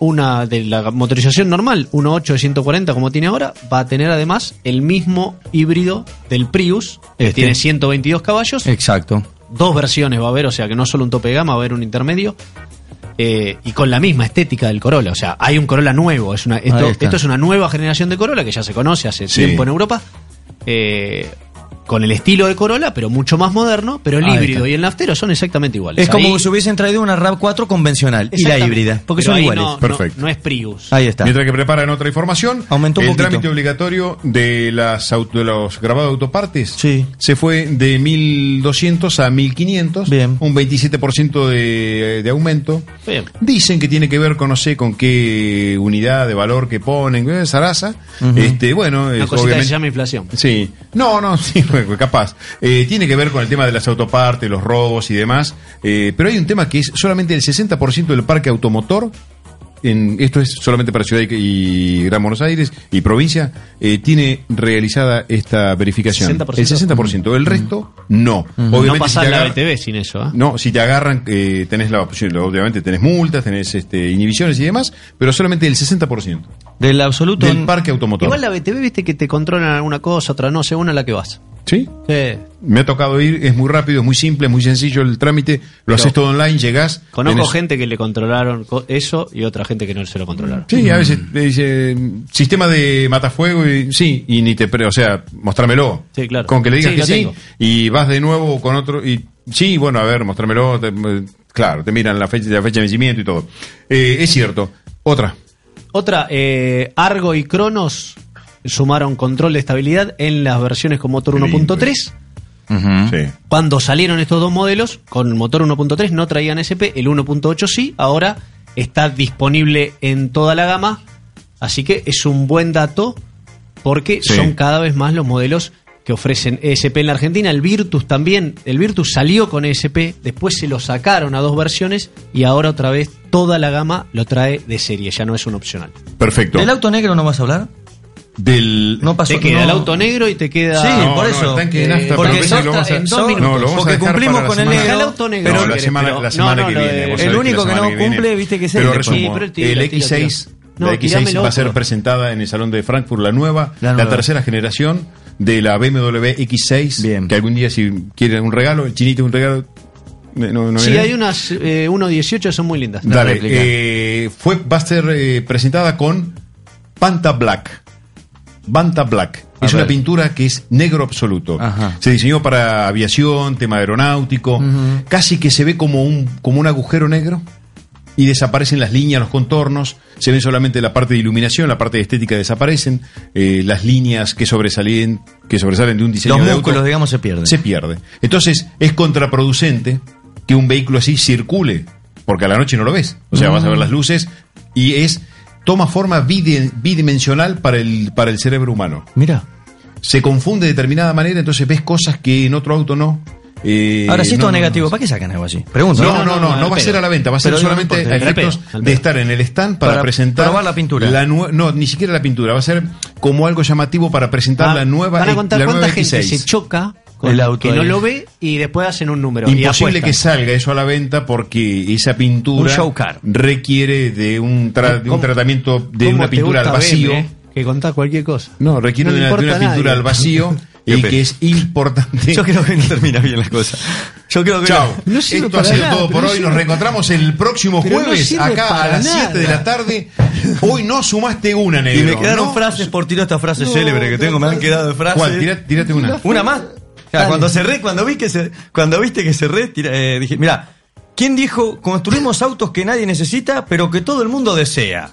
F: una de la motorización normal, 1.8 de 140 como tiene ahora, va a tener además el mismo híbrido del Prius, que
E: Este.
F: tiene 122 caballos,
E: exacto.
F: dos versiones va a haber, o sea que no solo un tope de gama, va a haber un intermedio. eh, y con la misma estética del Corolla, o sea, hay un Corolla nuevo, es una, esto,
E: Ahí está.
F: esto es una nueva generación de Corolla que ya se conoce hace
D: Sí.
F: tiempo en Europa. eh, con el estilo de Corolla, pero mucho más moderno, pero el
E: Ahí
F: híbrido
E: está.
F: y el naftero son exactamente iguales.
E: Es como
F: Ahí-
E: si hubiesen traído una RAV4 convencional y la
F: Exactamente.
E: híbrida, porque
F: Pero
E: son
F: ahí
E: iguales.
F: No, no-
D: Perfecto.
F: No, es Prius.
E: Ahí está.
D: Mientras que preparan otra información,
E: Aumentó un
D: el
E: poquito.
D: trámite obligatorio de, las auto- de los grabados de autopartes
E: Sí.
D: se fue de 1.200 a 1.500,
E: Bien.
D: un 27% de, de aumento.
F: Bien.
D: Dicen que tiene que ver con no sé con qué unidad de valor que ponen, eh, zaraza. este, bueno, es
F: Una cosita que se
D: obviamente...
F: llama inflación.
D: Sí, no, no, sí, bueno, capaz. Eh, tiene que ver con el tema de las autopartes, los robos y demás. Eh, pero hay un tema que es solamente el 60% del parque automotor. En, esto es solamente para Ciudad y- y Gran Buenos Aires y provincia. eh, tiene realizada esta verificación.
F: 60%.
D: El 60%. El resto, no.
F: No
D: Obviamente,
F: pasás
D: si te
F: la
D: agarra-
F: BTV sin eso. ¿eh?
D: no, si te agarran, eh, tenés la opción, obviamente tenés multas, tenés este, inhibiciones y demás, pero solamente el 60%
E: Del absoluto.
D: del parque automotor.
F: Igual la BTV, viste que te controlan alguna cosa, otra no, según a la que vas.
D: ¿Sí?
F: Sí.
D: Me ha tocado ir, es muy rápido, es muy simple, es muy sencillo el trámite, lo haces todo online, llegás.
F: Conozco
D: tenés-
F: gente que le controlaron co- eso y otra gente que no se lo controlaron.
D: Sí, a veces
F: Mm.
D: te dice sistema de matafuego y sí, y ni te pre, o sea, mostrámelo.
F: Sí, claro.
D: Con que le digas
F: Sí,
D: que
F: lo
D: sí
F: tengo.
D: y vas de nuevo con otro y sí, bueno, a ver, mostrámelo, te- eh, claro, te miran la fecha la fecha de vencimiento y todo. Eh, es cierto. Otra.
F: Otra, eh, Argo y Cronos sumaron control de estabilidad en las versiones con motor
D: Qué lindo
F: 1.3. Mm.
E: Ujú.
D: Sí.
F: Cuando salieron estos dos modelos, con el motor 1.3 no traían SP, el 1.8 sí, ahora está disponible en toda la gama, así que es un buen dato porque
D: Sí.
F: son cada vez más los modelos que ofrecen ESP en la Argentina, el Virtus también, el Virtus salió con ESP, después se lo sacaron a dos versiones y ahora otra vez toda la gama lo trae de serie, ya no es un opcional.
D: Perfecto.
E: ¿Del auto negro no vas a hablar?
D: Del
E: No pasó.
F: Te queda
E: no.
F: el auto negro y te queda...
E: Sí,
D: Ah, No,
E: por
D: no,
E: eso. Eh,
D: el tanque de nafta,
E: porque
D: pero pensé que lo
E: Sosta-
D: vamos a-
E: en dos
D: No,
E: minutos,
D: lo vamos a
E: porque
D: dejar
E: cumplimos
D: para la
E: con el
D: semana.
E: negro.
F: Deja el auto negro,
E: pero- este,
D: No,
F: si
D: la
F: querés,
D: semana,
F: pero-
D: la semana
F: no, no,
D: que
F: lo
D: viene.
F: de-
D: vos
E: el
D: sabés
E: único
D: la
E: que
D: semana
E: no cumple, viste, que es
D: Pero
E: el-
D: resumo,
F: Sí, pero el tiro,
D: el
F: tiro,
D: X6,
F: tiro. No,
D: la X6
F: tirámelo,
D: va a ser
F: pero-
D: presentada en el Salón de Frankfurt, la nueva,
E: La
D: la,
E: nueva.
D: tercera generación de la BMW X6,
E: Bien.
D: que algún día si quieren un regalo, el chinito un regalo... eh, No, no
F: Sí,
D: viene.
F: hay unas eh, 1.18 son muy lindas.
E: Da-
D: Dale,
E: réplica.
D: eh, fue, va a ser eh, presentada con Panta Black. Banta Black.
E: A
D: es
E: ver.
D: una pintura que es negro absoluto.
E: Ajá.
D: Se diseñó para aviación, tema aeronáutico. Casi que se ve como un, como un agujero negro y desaparecen las líneas, los contornos, se ven solamente la parte de iluminación, la parte de estética desaparecen, eh, las líneas que sobresalen, que sobresalen de un diseño
E: Los
D: de auto
E: músculos, digamos, se pierden.
D: se pierde. Entonces, es contraproducente que un vehículo así circule, porque a la noche no lo ves. O sea, vas a ver las luces y es toma forma bide- bidimensional para el, para el cerebro humano.
E: Mira.
D: Se confunde de determinada manera, entonces ves cosas que en otro auto no. Eh,
E: Ahora, si esto
D: no,
E: es
D: no,
E: negativo,
D: no.
E: ¿para qué sacan algo así? Pregunto.
D: No, no, no, no,
F: no, al
D: va a
F: pedo.
D: ser a la venta, va a ser
E: Pero digo, no
D: solamente
E: importa,
D: a
E: al
D: efectos
F: pedo, al
D: de
F: pedo.
D: estar en el stand para,
E: Para
D: presentar.
E: probar la pintura.
D: la nue- no, ni siquiera la pintura, va a ser como algo llamativo para presentar
F: Ah,
D: la nueva.
F: Van a
D: X-
F: contar
D: la
F: cuánta
D: nueva
F: gente
D: X6.
F: se choca con
E: El auto
F: que no
E: ahí.
F: lo ve y después hacen un número. y
D: Imposible
F: apuestan.
D: que salga eso a la venta porque esa pintura
E: Un show car.
D: requiere de un, tra- de un
F: ¿Cómo-
D: tratamiento de
F: ¿Cómo
D: una
F: te
D: pintura al
F: gusta
D: vacío.
F: verme, eh? Que contás cualquier cosa.
D: No, requiere
F: No le
D: de una, de una
F: importa a nadie.
D: pintura al vacío
E: Qué
D: y
E: pena.
D: que es importante.
E: Yo creo que no termina bien la cosa. Yo creo que.
D: Chao.
E: no.
F: No sirve
D: Esto ha
F: para
D: sido
F: nada,
D: todo
F: pero
D: por
F: no
D: hoy.
F: sirve-
D: Nos reencontramos el próximo
F: Pero no
D: jueves
F: sirve
D: acá a
F: para
D: las 7 de la
F: nada.
D: tarde. Hoy no sumaste una, negro.
E: Y me quedaron
D: No.
E: frases por tirar esta frase célebre que tengo, me han quedado de frases.
D: ¿Cuál? Tira- Tírate una.
E: Una más. O sea,
F: Dale.
E: cuando cerré, cuando vi que se, cuando viste que cerré, tira- eh, dije, mira, ¿quién dijo construimos autos que nadie necesita, pero que todo el mundo desea?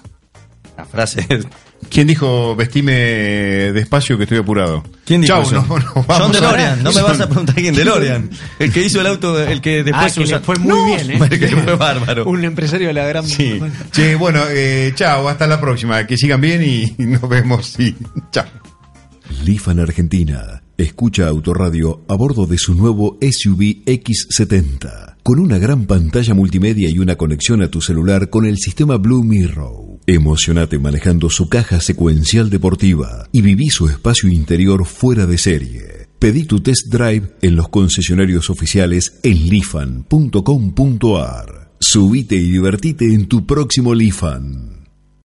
E: La frase es-
D: ¿Quién dijo vestime despacio que estoy apurado?
E: ¿Quién dijo
D: Chao,
E: eso?
D: no, no, vamos
E: John
D: ahora.
E: DeLorean, no me
D: John-
E: vas a preguntar quién DeLorean. El que hizo el auto, el que después
F: Ah, que
E: usa-
F: le fue muy
E: No,
F: bien, ¿eh?
E: el que le fue bárbaro.
F: Un empresario de la gran.
D: Sí. Che, bueno, eh, chao, hasta la próxima. Que sigan bien y nos vemos. Y chao.
B: Lifan Argentina escucha Autoradio a bordo de su nuevo SUV X70, con una gran pantalla multimedia y una conexión a tu celular con el sistema Blue Mirror. Emocionate manejando su caja secuencial deportiva y viví su espacio interior fuera de serie. Pedí tu test drive en los concesionarios oficiales en lifan.com.ar. Subite y divertite en tu próximo Lifan.